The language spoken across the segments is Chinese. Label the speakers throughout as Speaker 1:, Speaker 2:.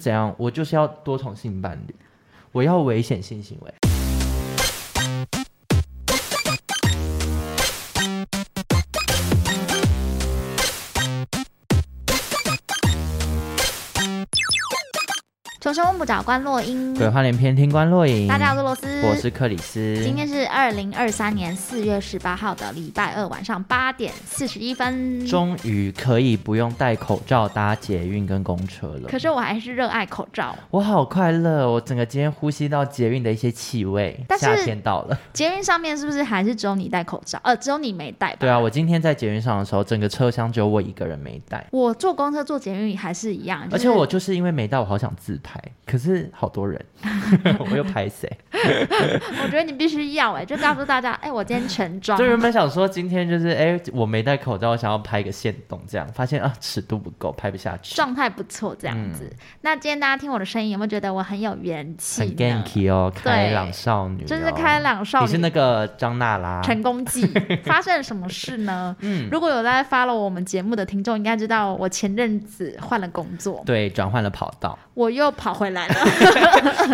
Speaker 1: 怎样？我就是要多重性伴侣，我要危险性行为。
Speaker 2: 重生温补找关洛英，
Speaker 1: 鬼话连篇，听官落影。
Speaker 2: 大家好，我是罗斯，
Speaker 1: 我是克里斯。
Speaker 2: 今天是二零二三年四月十八号的礼拜二晚上八点四十一分。
Speaker 1: 终于可以不用戴口罩搭捷运跟公车了，
Speaker 2: 可是我还是热爱口罩。
Speaker 1: 我好快乐哦，我整个今天呼吸到捷运的一些气味。
Speaker 2: 但是
Speaker 1: 夏天到了，
Speaker 2: 捷运上面是不是还是只有你戴口罩？呃，只有你没戴吧？
Speaker 1: 对啊，我今天在捷运上的时候，整个车厢只有我一个人没戴。
Speaker 2: 我坐公车、坐捷运还是一样，就
Speaker 1: 而
Speaker 2: 是
Speaker 1: 且我就是因为没戴，我好想自拍，可是好多 人， 我又拍谁？
Speaker 2: 我觉得你必须要哎、就告诉大家，哎、我今天全妆
Speaker 1: 就。原本想说今天就是哎、我没戴口罩，我想要拍个线动这样，发现啊尺度不够，拍不下去，
Speaker 2: 状态不错，这样子。那今天大家听我的声音，有没有觉得我很有元气
Speaker 1: 嗯很
Speaker 2: 呢？
Speaker 1: ganky 哦，开朗少女、哦，
Speaker 2: 就是开朗少女
Speaker 1: 你是那个张娜拉，
Speaker 2: 成功记 发生了什么事呢？
Speaker 1: 嗯
Speaker 2: 如果有在 follow 我们节目的听众，应该知道我前阵子换了工作，
Speaker 1: 对，转换了跑道，
Speaker 2: 我又跑回来了，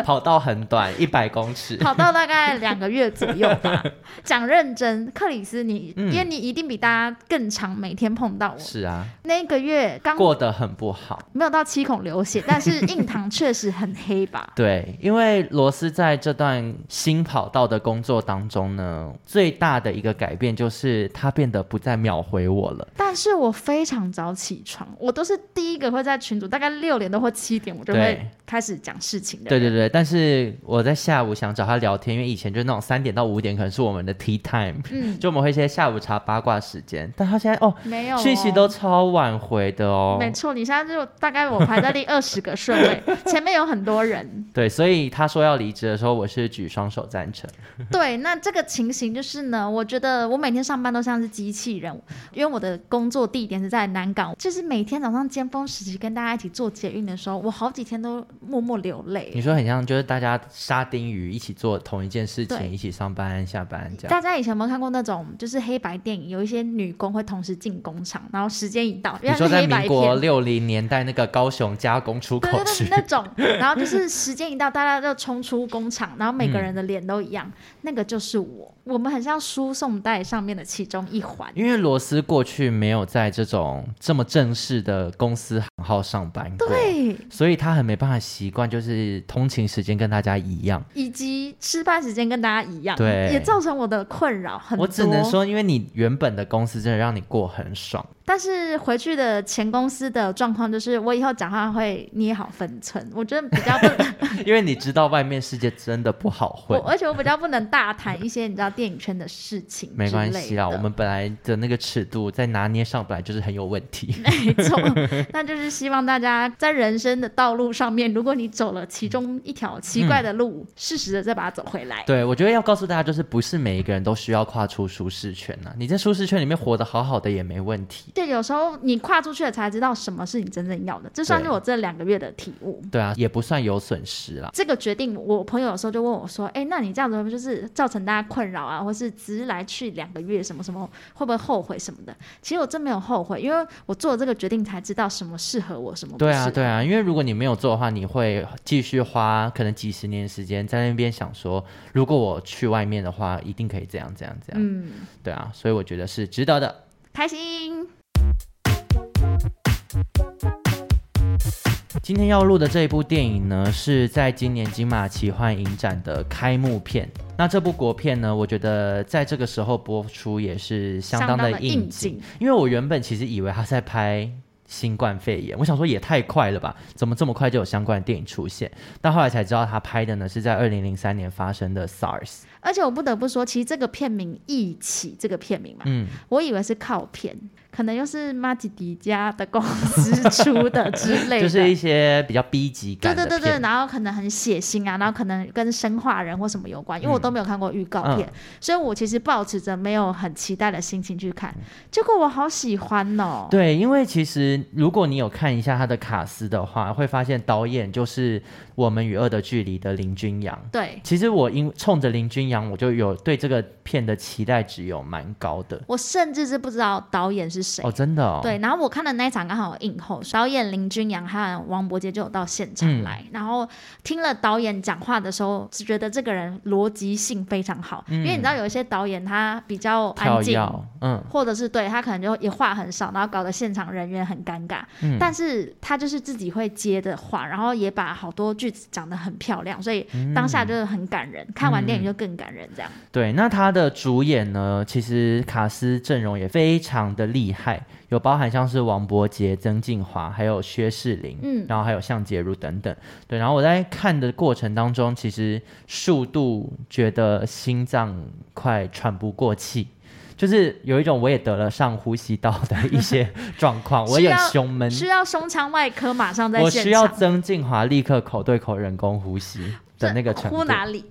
Speaker 1: 跑道很短，一百公尺，
Speaker 2: 跑到大概两个月左右吧。 讲认真，克里斯你，
Speaker 1: 嗯
Speaker 2: 因为你一定比大家更长，每天碰到我。
Speaker 1: 是啊，
Speaker 2: 那个月刚
Speaker 1: 过得很不好。？
Speaker 2: 没有到七孔流血，但是印堂确实很黑吧
Speaker 1: 对，因为罗斯在这段新跑道的工作当中呢，最大的一个改变就是他变得不再秒回我了。
Speaker 2: 但是我非常早起床，我都是第一个会在群组，大概六点多或七点，我就会
Speaker 1: 对
Speaker 2: 开始讲事情的。
Speaker 1: 对对对，但是我在下午想找他聊天，因为以前就是那种三点到五点可能是我们的 tea time，
Speaker 2: 嗯，
Speaker 1: 就我们会一些下午茶八卦时间，但他现在哦，
Speaker 2: 没有、哦。
Speaker 1: 讯息都超晚回的哦，
Speaker 2: 没错，你现在就大概我排在第二十个顺 位，前面有很多人。
Speaker 1: 对，所以他说要离职的时候，我是举双手赞成，
Speaker 2: 对，那这个情形就是呢，我觉得我每天上班都像是机器人，因为我的工作地点是在南港，就是每天早上尖峰时期跟大家一起做捷运的时候，我好几天都默默流
Speaker 1: 你
Speaker 2: 泪。
Speaker 1: 说很像就是大家沙丁鱼一起做同一件事
Speaker 2: 对
Speaker 1: 情，一起上班下班这样，
Speaker 2: 大家以前有没有看过那种就是黑白电影？有一些女工会同时进工厂，然后时间一到，
Speaker 1: 你
Speaker 2: 因为它
Speaker 1: 说
Speaker 2: 是
Speaker 1: 在
Speaker 2: 黑白
Speaker 1: 民国
Speaker 2: 片，
Speaker 1: 六零年代那个高雄加工出
Speaker 2: 对
Speaker 1: 口
Speaker 2: 对对，
Speaker 1: 区，
Speaker 2: 那种，然后就是时间一到，大家就冲出工厂，然后每个
Speaker 1: 嗯
Speaker 2: 人的脸都一样，那个就是我，我们很像输送带上面的其中一环。
Speaker 1: 因为罗斯过去没有在这种这么正式的公司行号上班过，
Speaker 2: 对，
Speaker 1: 所以他很没办法习惯，就是通勤时间跟大家一样。
Speaker 2: 以及吃饭时间跟大家一样，
Speaker 1: 对
Speaker 2: 也造成我的困扰很多。
Speaker 1: 我只能，说，因为你原本的公司真的让你过很爽，
Speaker 2: 但是回去的前公司的状况就是，我以后讲话会捏好分寸，我觉得比 较不能，
Speaker 1: 因为你知道外面世界真的不好
Speaker 2: 我呃
Speaker 1: 混。
Speaker 2: 而且我比较不能大谈一些你知道电影圈的事情，
Speaker 1: 没关系啦，我们本来的那个尺度在拿捏上本来就是很有问 题。
Speaker 2: 没错， 那就是希望大家在人生的道路上面，如果你走了其中一条奇怪的路，适时的再把它走回来。
Speaker 1: 对，我觉得要告诉大家，就是不是每一个人都需要跨出舒适圈呐、你在舒适圈里面活得好好的也没问题。
Speaker 2: 就有时候你跨出去了，才知道什么是你真正要的。这算是我这两个月的体悟。
Speaker 1: 对啊，也不算有损失啦。
Speaker 2: 这个决定，我朋友有时候就问我说：“哎，那你这样子会不会就是造成大家困扰啊，或是直来去两个月什么什么，会不会后悔什么的？”其实我真没有后悔，因为我做了这个决定才知道什么适合我，什哦么不
Speaker 1: 对
Speaker 2: 适
Speaker 1: 啊，
Speaker 2: 合。
Speaker 1: 对啊，因为如果你没有做的话，你会继续花可能几十年时间在那边想说，如果我去外面的话，一定可以这样这样这样。
Speaker 2: 嗯，
Speaker 1: 对啊，所以我觉得是值得的。
Speaker 2: 开心。
Speaker 1: 今天要录的这一部电影呢，是在今年金马奇幻影展的开幕片。那这部国片呢，我觉得在这个时候播出也是相当的
Speaker 2: 相当的
Speaker 1: 应
Speaker 2: 应
Speaker 1: 景，
Speaker 2: 景
Speaker 1: 因为我原本其实以为他在拍。新冠肺炎，我想说也太快了吧，怎么这么快就有相关的电影出现？但后来才知道，他拍的呢是在二零零三年发生的 SARS。
Speaker 2: 而且我不得不说，其实这个片名《一起》这个片名嘛，
Speaker 1: 嗯，
Speaker 2: 我以为是靠片，可能又是马吉迪家的公司出的之类
Speaker 1: 就
Speaker 2: 的。
Speaker 1: 是一些比较 B 级
Speaker 2: 对
Speaker 1: 感的
Speaker 2: 对
Speaker 1: 片。
Speaker 2: 对对，然后可能很血腥啊，然后可能跟生化人或什么有
Speaker 1: 嗯
Speaker 2: 关，因为我都没有看过预告片，所以我其实抱持着没有很期待的心情去看，结果我好喜欢哦。
Speaker 1: 对，因为其实如果你有看一下他的卡斯的话，会发现导演就是《我们与恶的距离》的林君阳。
Speaker 2: 对，
Speaker 1: 其实我因冲着林君阳，我就有对这个片的期待值有蛮高的。
Speaker 2: 我甚至是不知道导演是谁。
Speaker 1: 哦，真的哦，
Speaker 2: 对，然后我看的那一场刚好有映后，导演林君阳和王伯杰就有到现
Speaker 1: 嗯
Speaker 2: 场来，然后听了导演讲话的时候，只觉得这个人逻辑性非常好，因为你知道有一些导演他比较
Speaker 1: 嗯
Speaker 2: 安
Speaker 1: 跳
Speaker 2: 静，
Speaker 1: 跃，嗯，
Speaker 2: 或者是对他可能就也话很少，然后搞得现场人员很尴尬。
Speaker 1: 嗯
Speaker 2: 但是他就是自己会接的话，然后也把好多句子讲得很漂亮，所以
Speaker 1: 嗯
Speaker 2: 当下就是很感人。看完电影就更感人，这样。
Speaker 1: 对，那他的主演呢，其实卡斯阵容也非常的厉害，有包含像是王伯杰、曾静华，还有薛仕凌，
Speaker 2: 嗯
Speaker 1: 然后还有向杰如等等。对，然后我在看的过程当中，其实速度觉得心脏快喘不过气。就是有一种我也得了上呼吸道的一 些状况，我
Speaker 2: 需
Speaker 1: 有
Speaker 2: 要
Speaker 1: 胸闷，
Speaker 2: 需要胸腔外科马上在
Speaker 1: 我需
Speaker 2: 现
Speaker 1: 要
Speaker 2: 场。
Speaker 1: 曾静华立刻口对口人工呼吸的那个程度
Speaker 2: 呼。哪里？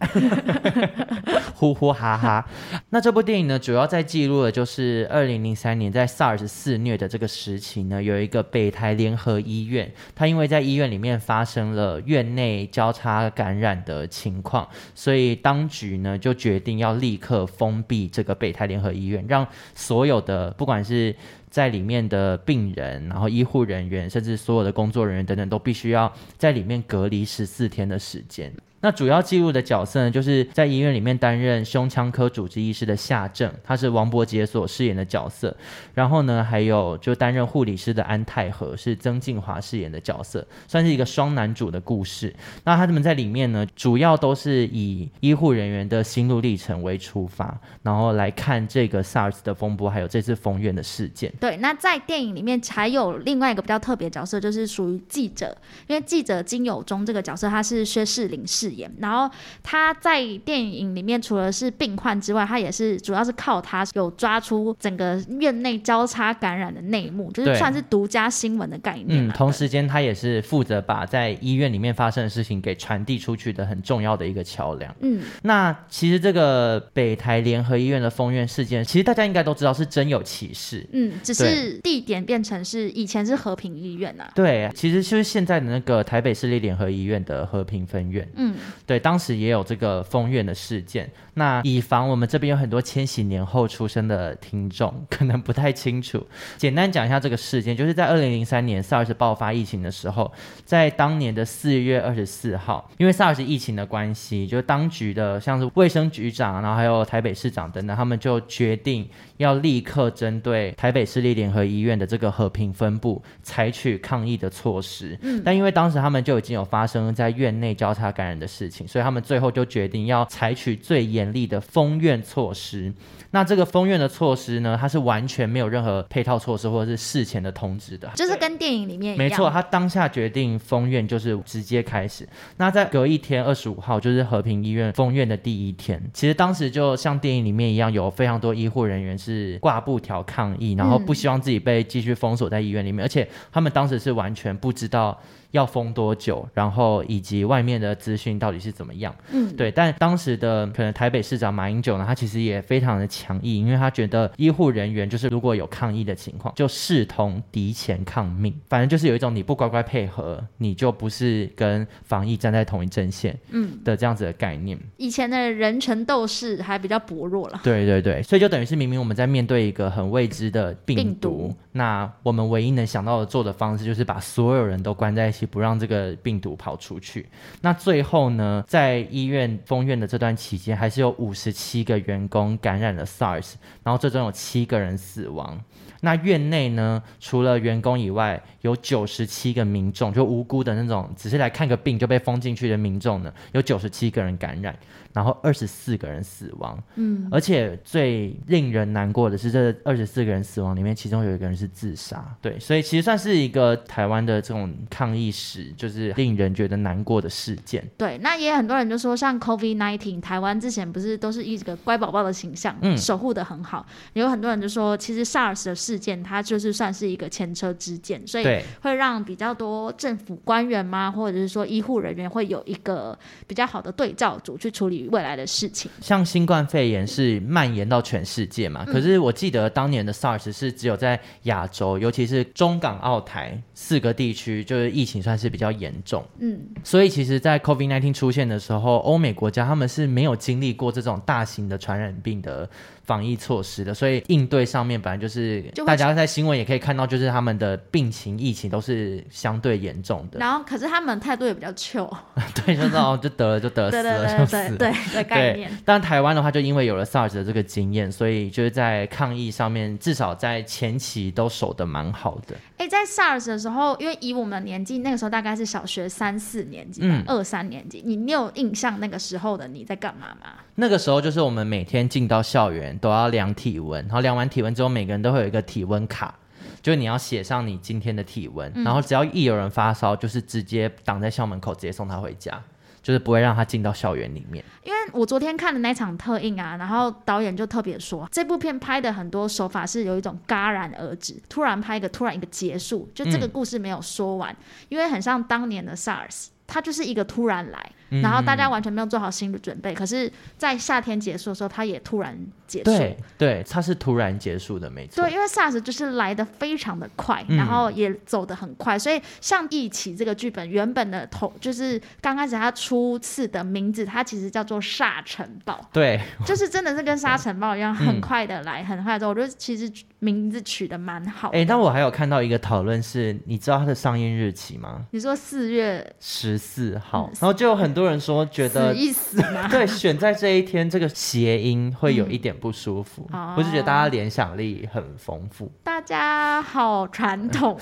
Speaker 1: 呼呼哈哈。那这部电影呢，主要在记录的就是二零零三年在 SARS 肆虐的这个时期呢，有一个北台联合医院，它因为在医院里面发生了院内交叉感染的情况，所以当局呢就决定要立刻封闭这个北台联合医院，让所有的不管是在里面的病人，然后医护人员，甚至所有的工作人员等等，都必须要在里面隔离十四天的时间。那主要记录的角色呢，就是在医院里面担任胸腔科主治医师的夏正，他是王伯杰所饰演的角色。然后呢，还有就担任护理师的安泰和是曾静华饰演的角色，算是一个双男主的故事。那他们在里面呢，主要都是以医护人员的心路历程为出发，然后来看这个 SARS 的风波，还有这次封院的事件。
Speaker 2: 对，那在电影里面还有另外一个比较特别的角色，就是属于记者，因为记者金友忠这个角色他是薛仕凌饰演，然后他在电影里面除了是病患之外，他也是主要是靠他有抓出整个院内交叉感染的内幕，就是
Speaker 1: 对
Speaker 2: 算是独家新闻的概念
Speaker 1: 嗯，
Speaker 2: 啦、
Speaker 1: 同时间他也是负责把在医院里面发生的事情给传递出去的很重要的一个桥梁。
Speaker 2: 对，嗯，
Speaker 1: 那其实这个北台联合医院的封院事件，其实大家应该都知道是真有其事。
Speaker 2: 嗯，只是地点变成是以前是和平医院啊。
Speaker 1: 对，其实就是现在的那个台北市立联合医院的和平分院，
Speaker 2: 嗯，
Speaker 1: 对，当时也有这个封院的事件。那以防我们这边有很多千禧年后出生的听众可能不太清楚，简单讲一下这个事件，就是在二零零三年 SARS 爆发疫情的时候，在当年的四月二十四号，因为 SARS 疫情的关系，就是当局的像是卫生局长，然后还有台北市长等等，他们就决定要立刻针对台北市立联合医院的这个和平分部采取抗议的措施。但因为当时他们就已经有发生在院内交叉感染的事情，所以他们最后就决定要采取最严厉的封院措施。那这个封院的措施呢，它是完全没有任何配套措施或者是事前的通知的，
Speaker 2: 就是跟电影里面一样。
Speaker 1: 没错，他当下决定封院就是直接开始。那在隔一天，二十五号就是和平医院封院的第一天。其实当时就像电影里面一样，有非常多医护人员是挂布条抗议，
Speaker 2: 嗯
Speaker 1: 然后不希望自己被继续封锁在医院里面，而且他们当时是完全不知道要封多久，然后以及外面的资讯到底是怎么样。
Speaker 2: 嗯，
Speaker 1: 对，但当时的可能台北市长马英九呢，他其实也非常的强硬，因为他觉得医护人员就是如果有抗议的情况，就视同敌前抗命，反正就是有一种你不乖乖配合，你就不是跟防疫站在同一阵线，嗯的这样子的概念。
Speaker 2: 以前的人权斗士还比较薄弱了。
Speaker 1: 对对对，所以就等于是明明我们在面对一个很未知的病毒，
Speaker 2: 病毒
Speaker 1: 那我们唯一能想到的做的方式就是把所有人都关在一起，不让这个病毒跑出去。那最后呢，在医院封院的这段期间，还是有五十七个员工感染了 SARS，然后最终有七个人死亡。那院内呢，除了员工以外，有九十七个民众，就无辜的那种，只是来看个病就被封进去的民众呢，有九十七个人感染，然后二十四个人死亡。嗯，而且最令人难过的是，这二十四个人死亡里面，其中有一个人是自杀。对，所以其实算是一个台湾的这种抗议史，就是令人觉得难过的事件。
Speaker 2: 对，那也很多人就说，像 COVID nineteen，台湾之前不是都是一个乖宝宝的形象，
Speaker 1: 嗯
Speaker 2: 守护的很好。有很多人就说，其实 SARS 的事件，它就是算是一个前车之鉴，所以
Speaker 1: 对，
Speaker 2: 会让比较多政府官员嘛，或者是说医护人员会有一个比较好的对照组去处理未来的事情。
Speaker 1: 像新冠肺炎是蔓延到全世界
Speaker 2: 嗯
Speaker 1: 嘛，可是我记得当年的 SARS 是只有在亚洲，尤其是中港澳台四个地区，就是疫情。情算是比较严重。
Speaker 2: 嗯，
Speaker 1: 所以其实，在 COVID-19 出现的时候，欧美国家他们是没有经历过这种大型的传染病的防疫措施的，所以应对上面本来就是
Speaker 2: 就会
Speaker 1: 大家在新闻也可以看到，就是他们的病情、疫情都是相对严重的。
Speaker 2: 然后可是他们态度也比较 chill，
Speaker 1: 对，就是哦，就得了就得，
Speaker 2: 对
Speaker 1: 死
Speaker 2: 对
Speaker 1: 了就
Speaker 2: 对
Speaker 1: 死了
Speaker 2: 对。对的概
Speaker 1: 对
Speaker 2: 念，，
Speaker 1: 但台湾的话，就因为有了 SARS 的这个经验，所以就是在抗疫上面，至少在前期都守得蛮好的。
Speaker 2: 哎、在 SARS 的时候，因为以我们的年纪，那个时候大概是小学三四年级吧
Speaker 1: 嗯，
Speaker 2: 二三、年级，你你有印象那个时候的你在干嘛吗？
Speaker 1: 那个时候就是我们每天进到校园都要量体温，然后量完体温之后，每个人都会有一个体温卡，就是你要写上你今天的体温，
Speaker 2: 嗯
Speaker 1: 然后只要一有人发烧，就是直接挡在校门口，直接送他回家，就是不会让他进到校园里面。
Speaker 2: 因为我昨天看的那场特映啊，然后导演就特别说，这部片拍的很多手法是有一种戛然而止，突然拍一个，突然一个结束，就
Speaker 1: 嗯
Speaker 2: 这个故事没有说完，因为很像当年的 SARS。它就是一个突然来，
Speaker 1: 嗯
Speaker 2: 然后大家完全没有做好心理准备。可是，在夏天结束的时候，它也突然结束。
Speaker 1: 对对，它是突然结束的，没错。
Speaker 2: 对，因为 SARS 就是来的非常的快，
Speaker 1: 嗯
Speaker 2: 然后也走得很快，所以像《一起》这个剧本原本的头就是刚开始它初次的名字，它其实叫做《沙尘 暴
Speaker 1: 对，》，
Speaker 2: 就是真的是跟沙尘暴一样，
Speaker 1: 嗯
Speaker 2: 很快的来，很快的走。我觉得其实名字取得蛮好的。
Speaker 1: 哎、但我还有看到一个讨论是，你知道它的上映日期吗？
Speaker 2: 你说四月
Speaker 1: 十四号，然后就有很多人说觉
Speaker 2: 死
Speaker 1: 得
Speaker 2: 嗯一死吗？
Speaker 1: 对，选在这一天，这个谐音会有一点不舒服。
Speaker 2: 嗯
Speaker 1: 我就觉得大家联想力很丰富，
Speaker 2: 大家好
Speaker 1: 嗯
Speaker 2: 传统，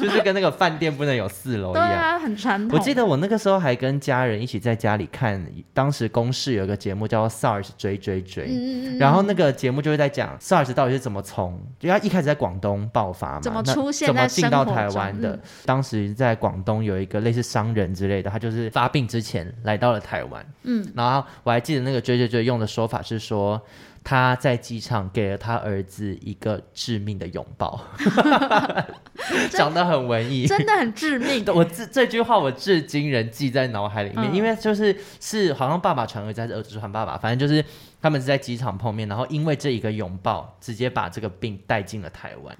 Speaker 1: 就是跟那个饭店不能有四楼一
Speaker 2: 对
Speaker 1: 样。
Speaker 2: 啊，很传统。
Speaker 1: 我记得我那个时候还跟家人一起在家里看，当时公视有一个节目叫《SARS 追追追》，
Speaker 2: 嗯，嗯嗯
Speaker 1: 然后那个节目就是在讲 SARS 到底是怎么从，就它一开始在广东爆发嘛，
Speaker 2: 怎么
Speaker 1: 那
Speaker 2: 出现
Speaker 1: 怎么
Speaker 2: 在
Speaker 1: 进
Speaker 2: 生
Speaker 1: 到
Speaker 2: 活
Speaker 1: 台
Speaker 2: 中
Speaker 1: 湾的。
Speaker 2: 嗯
Speaker 1: 当时在广东有一个类似商人之类的，他就是发病之前来到了台湾，嗯，然后我还记得那个追追追用的说法是说。他在机场给了他儿子一个致命的拥抱， 讲得很文艺，。
Speaker 2: 真的很致命
Speaker 1: 我这这句话我至今仍记在脑海里面，
Speaker 2: 嗯
Speaker 1: 因为就是是好像爸爸传儿子还是儿子传爸爸，反正就是他们是在机场碰面，然后因为这一个拥抱，直接把这个病带进了台湾。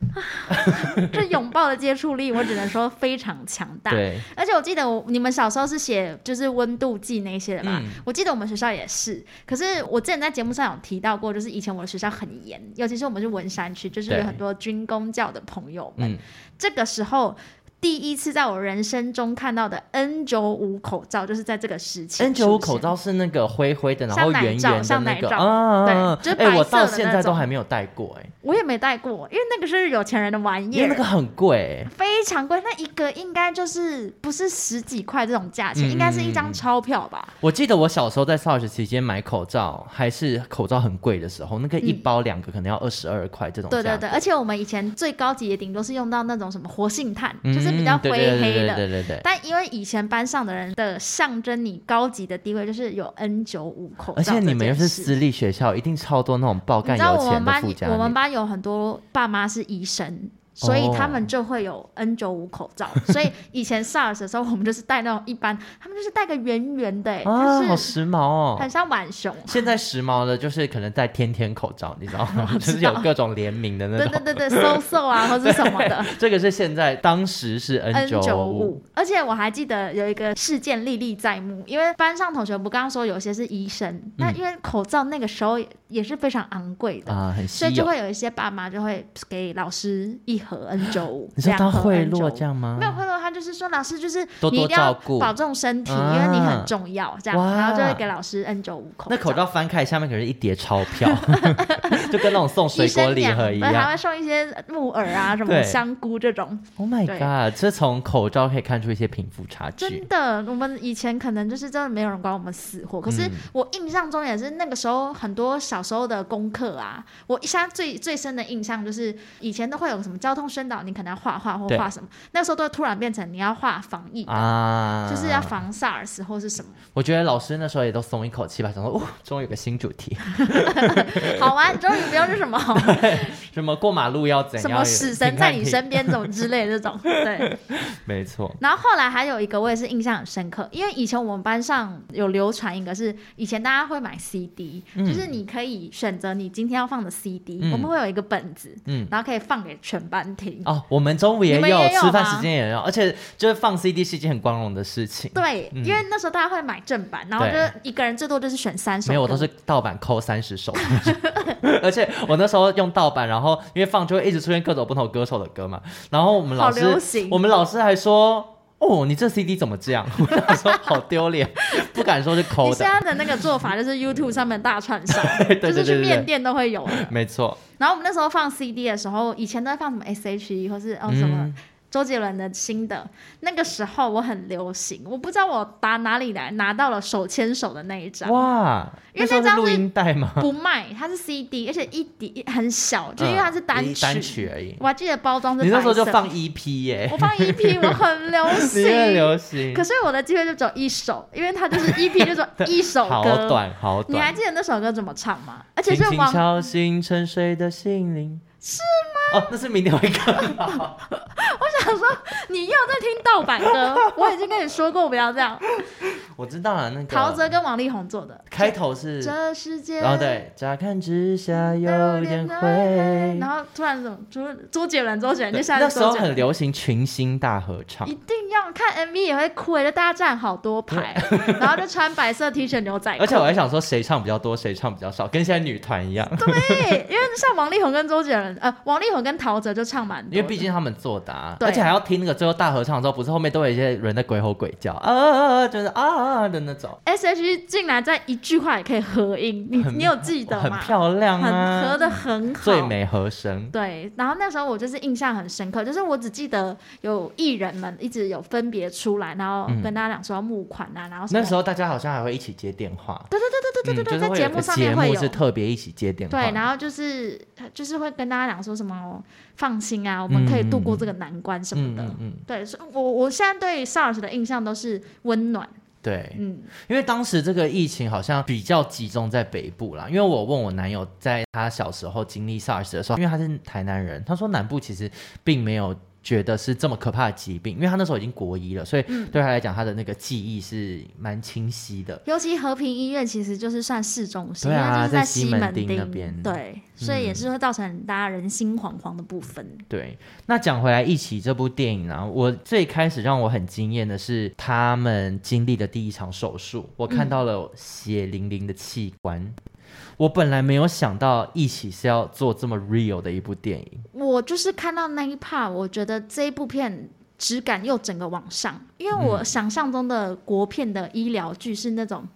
Speaker 2: 这拥抱的接触力，我只能说非常强大。
Speaker 1: 对，
Speaker 2: 而且我记得我你们小时候是写就是温度计那些的吧？
Speaker 1: 嗯
Speaker 2: 我记得我们学校也是，可是我之前在节目上有提到过，就是以前我的学校很严，尤其是我们是文山区，就是有
Speaker 1: 对
Speaker 2: 很多军工教的朋友们。
Speaker 1: 嗯，
Speaker 2: 这个时候第一次在我人生中看到的 N 九五口罩，就是在这个时期。
Speaker 1: n 九五口。罩是那个灰灰的，然后
Speaker 2: 像奶
Speaker 1: 圆
Speaker 2: 罩
Speaker 1: 圆的
Speaker 2: 像
Speaker 1: 那
Speaker 2: 奶
Speaker 1: 个
Speaker 2: 罩
Speaker 1: 啊，啊
Speaker 2: 对就是
Speaker 1: 哎、
Speaker 2: 白
Speaker 1: 我
Speaker 2: 色
Speaker 1: 到
Speaker 2: 的
Speaker 1: 现
Speaker 2: 那
Speaker 1: 在都
Speaker 2: 种
Speaker 1: 还没有戴过、哎，
Speaker 2: 我也没戴过，因为那个是有钱人的玩意
Speaker 1: 因为
Speaker 2: 儿，
Speaker 1: 那个很贵、哎
Speaker 2: 非常贵，那一个应该就是不是十几块这种价钱，
Speaker 1: 嗯
Speaker 2: 应该是一
Speaker 1: 嗯嗯
Speaker 2: 张
Speaker 1: 嗯
Speaker 2: 钞票吧。
Speaker 1: 我记得我小时候在 SARS 期间买口罩，还是口罩很贵的时候，那个一
Speaker 2: 嗯
Speaker 1: 包两个可能要二十二块这种价
Speaker 2: 对
Speaker 1: 格。
Speaker 2: 对对，而且我们以前最高级也顶多是用到那种什么活性炭，
Speaker 1: 嗯，
Speaker 2: 就是比较灰
Speaker 1: 对对对
Speaker 2: 黑
Speaker 1: 对
Speaker 2: 的。
Speaker 1: 对对对。
Speaker 2: 但因为以前班上的人的象征你高级的地位，就是有 N 九五口罩
Speaker 1: 而
Speaker 2: 这件
Speaker 1: 且
Speaker 2: 事。
Speaker 1: 你们又是私立学校，一定超多那种爆
Speaker 2: 你
Speaker 1: 干
Speaker 2: 知道
Speaker 1: 有
Speaker 2: 我
Speaker 1: 钱
Speaker 2: 们
Speaker 1: 的
Speaker 2: 班
Speaker 1: 富家哦
Speaker 2: 我们
Speaker 1: 女。
Speaker 2: 班有很多爸妈是医生。所以他们就会有 N 九五口 罩，所以以前 SARS 的时候，我们就是戴那种一般，他们就是戴个圆圆的、欸，
Speaker 1: 啊，
Speaker 2: 就
Speaker 1: 好
Speaker 2: 是
Speaker 1: 时髦哦
Speaker 2: 很！像浣熊。
Speaker 1: 现在时髦的就是可能戴天天口罩，你知道 吗？就是
Speaker 2: 道
Speaker 1: 有各种联名的那
Speaker 2: 对
Speaker 1: 种
Speaker 2: 对。对对，搜搜啊，或者什么的。
Speaker 1: 这个是现在当时是 N 九五，
Speaker 2: 五，而且我还记得有一个事件历历在目，因为班上同学不刚刚说有些是医生，
Speaker 1: 嗯
Speaker 2: 那因为口罩那个时候也是非常昂贵的。
Speaker 1: 啊，很
Speaker 2: 所
Speaker 1: 稀
Speaker 2: 以就
Speaker 1: 有。
Speaker 2: 会有一些爸妈就会给老师一盒 N 九五，
Speaker 1: 你说
Speaker 2: 两
Speaker 1: 当
Speaker 2: 盒
Speaker 1: 贿
Speaker 2: N 九
Speaker 1: 赂
Speaker 2: 五
Speaker 1: 这，样吗
Speaker 2: 没？有贿赂，他就是说老师就是
Speaker 1: 多
Speaker 2: 你一
Speaker 1: 多
Speaker 2: 定要
Speaker 1: 照顾
Speaker 2: 保重身体，
Speaker 1: 啊
Speaker 2: 因为你很重要，这样，
Speaker 1: 哇
Speaker 2: 然后就会给老师 N 九五口罩。
Speaker 1: 那口罩翻开下面可是一叠钞票， 就跟那种送水
Speaker 2: 医
Speaker 1: 果
Speaker 2: 生
Speaker 1: 礼
Speaker 2: 粮，
Speaker 1: 盒一
Speaker 2: 对还
Speaker 1: 样。
Speaker 2: 会送一些木耳啊，什么
Speaker 1: 对
Speaker 2: 香菇这种。
Speaker 1: Oh my
Speaker 2: 对
Speaker 1: god！这从口罩可以看出一些贫富差距
Speaker 2: 真。的，我们以前可能就是真的没有人管我们死活，可
Speaker 1: 嗯
Speaker 2: 是我印象中也是那个时候很多小时候的功课啊，我一下最最深的印象就是以前都会有什么交通宣导，你可能要画画或
Speaker 1: 对
Speaker 2: 画什么，那时候都会突然变成你要画防疫，
Speaker 1: 啊，
Speaker 2: 就是要防 SARS 或是什么。
Speaker 1: 我觉得老师那时候也都松一口气吧，想说哦，终于有个新主题，
Speaker 2: 好啊，你终于不用是什么
Speaker 1: 什么过马路要怎
Speaker 2: 什
Speaker 1: 样？
Speaker 2: 么死神在你
Speaker 1: 停看
Speaker 2: 身边这种之类的这种，对。
Speaker 1: 停，没错。
Speaker 2: 然后后来还有一个我也是印象很深刻，因为以前我们班上有流传一个是以前大家会买 CD，、就是你可以以选择你今天要放的 CD，、
Speaker 1: 嗯
Speaker 2: 我们会有一个本子，
Speaker 1: 嗯
Speaker 2: 然后可以放给全班听。
Speaker 1: 哦，我们中午也
Speaker 2: 你
Speaker 1: 有，
Speaker 2: 们也有
Speaker 1: 吃饭
Speaker 2: 吗
Speaker 1: 时间也有，而且就是放 CD 是一件很光荣的事情。
Speaker 2: 对，
Speaker 1: 嗯
Speaker 2: 因为那时候大家会买正版，然后就
Speaker 1: 对
Speaker 2: 是一个人最多就是选三首歌。
Speaker 1: 没有，我都是盗版扣三十首， 而且我那时候用盗版，然后因为放就会一直出现各种不同歌手的歌嘛，然后我们老
Speaker 2: 好流
Speaker 1: 师
Speaker 2: 行，
Speaker 1: 我们老师还说。哦，你这 CD 怎么这样？ 我想说好丢脸，不敢说是
Speaker 2: 你
Speaker 1: 抠
Speaker 2: 现
Speaker 1: 的，
Speaker 2: 在的那个做法就是 YouTube 上面大串烧，
Speaker 1: 对对
Speaker 2: 就
Speaker 1: 对
Speaker 2: 是去
Speaker 1: 对
Speaker 2: 面
Speaker 1: 对，
Speaker 2: 店都会有的。
Speaker 1: 没错，
Speaker 2: 然后我们那时候放 CD 的时候，以前都在放什么 S.H.E 或是哦什么
Speaker 1: 嗯
Speaker 2: 周杰伦的新的。那个时候我很流行，我不知道我打哪里来拿到了手牵手的那一张，
Speaker 1: 哇，
Speaker 2: 因为
Speaker 1: 那时候
Speaker 2: 那张
Speaker 1: 是录
Speaker 2: 是
Speaker 1: 音带吗？
Speaker 2: 不卖，它是 CD，而且一碟很小，就因为
Speaker 1: 嗯
Speaker 2: 它是单
Speaker 1: 一
Speaker 2: 曲。
Speaker 1: 单曲而已。
Speaker 2: 我还记得包装是
Speaker 1: 你那时候
Speaker 2: 白色
Speaker 1: 就放 EP 耶，
Speaker 2: 我放 EP，我很流
Speaker 1: 你
Speaker 2: 行。
Speaker 1: 很流行，
Speaker 2: 可是我的机会就只有一首，因为它就是 EP 就只 有一首
Speaker 1: 好
Speaker 2: 歌。
Speaker 1: 短好
Speaker 2: 你还
Speaker 1: 短。
Speaker 2: 记得那首歌怎么唱吗？而且
Speaker 1: 轻
Speaker 2: 是
Speaker 1: 轻
Speaker 2: 王
Speaker 1: 敲醒沉睡的心灵，是吗？哦，那是明天会看。
Speaker 2: 想说你又在听盗版歌，我已经跟你说过不要这样。
Speaker 1: 我知道了，那个
Speaker 2: 陶喆跟王力宏做的，
Speaker 1: 开头啊是，
Speaker 2: 这世界，
Speaker 1: 然后，对，乍看之下有点
Speaker 2: 灰，
Speaker 1: 灰
Speaker 2: 然。后突然怎么周周杰伦，周杰伦就
Speaker 1: 对
Speaker 2: 下
Speaker 1: 那
Speaker 2: 来
Speaker 1: 时
Speaker 2: 周
Speaker 1: 候
Speaker 2: 杰伦
Speaker 1: 很流行群星大合唱
Speaker 2: 一，定要看 MV 也会哭欸，就大家站好 多排，然后就穿白色 T 恤牛仔裤，
Speaker 1: 而且我还想说谁唱比较多，谁唱比较少，跟现在女团一样，
Speaker 2: 对，因为像王力宏跟周杰伦，呃，王力宏跟陶喆就唱蛮多的，
Speaker 1: 因为毕竟他们作答，
Speaker 2: 对
Speaker 1: 而且还要听那个最后大合唱的时候，不是后面都有一些人在鬼吼鬼叫啊啊啊啊，就是啊啊啊的那种，
Speaker 2: S.H.E E 竟然在一句话也可以合音，你
Speaker 1: 很
Speaker 2: 你有记得
Speaker 1: 很
Speaker 2: 吗？
Speaker 1: 漂亮
Speaker 2: 很合
Speaker 1: 啊，
Speaker 2: 的很好，
Speaker 1: 最美和声，
Speaker 2: 对，然后那时候我就是印象很深刻，就是我只记得有艺人们一直有分别出来，然后
Speaker 1: 嗯
Speaker 2: 跟大家讲说要募款啊，然后什么
Speaker 1: 那时候大家好像还会一起接电话，
Speaker 2: 对对对对
Speaker 1: 嗯，
Speaker 2: 对对
Speaker 1: 就
Speaker 2: 对
Speaker 1: 是
Speaker 2: 对，
Speaker 1: 会
Speaker 2: 在
Speaker 1: 有
Speaker 2: 节
Speaker 1: 一个
Speaker 2: 目上
Speaker 1: 节
Speaker 2: 面会
Speaker 1: 目
Speaker 2: 有
Speaker 1: 是。特别一起接电话，
Speaker 2: 对，然后就是就是会跟大家讲说什么放心啊，我们可以度过这个难关什么
Speaker 1: 嗯
Speaker 2: 的。
Speaker 1: 嗯嗯，
Speaker 2: 对，所以我我现在对 SARS 的印象都是温暖，
Speaker 1: 对，
Speaker 2: 嗯，
Speaker 1: 因为当时这个疫情好像比较集中在北部啦，因为我问我男友，在他小时候经历 SARS 的时候，因为他是台南人，他说南部其实并没有觉得是这么可怕的疾病，因为他那时候已经国一了，所以
Speaker 2: 嗯
Speaker 1: 对他来讲，他的那个记忆是蛮清晰的。
Speaker 2: 尤其和平医院其实就是算市中心，
Speaker 1: 对
Speaker 2: 因
Speaker 1: 啊
Speaker 2: 为它就是
Speaker 1: 在西
Speaker 2: 西
Speaker 1: 门
Speaker 2: 门
Speaker 1: 町那边嗯
Speaker 2: 对，所以也是会造成大家人心惶惶的部分。
Speaker 1: 对，那讲回来，《一起》这部电影呢、啊我最开始让我很惊艳的是他们经历的第一场手术，我看
Speaker 2: 嗯
Speaker 1: 到了血淋淋的器官。我本来没有想到《一起》是要做这么 real 的一部电影，
Speaker 2: 我就是看到那一 part，我觉得这一部片质感又整个往上，因为
Speaker 1: 嗯
Speaker 2: 我想象中的国片的医疗剧是那种，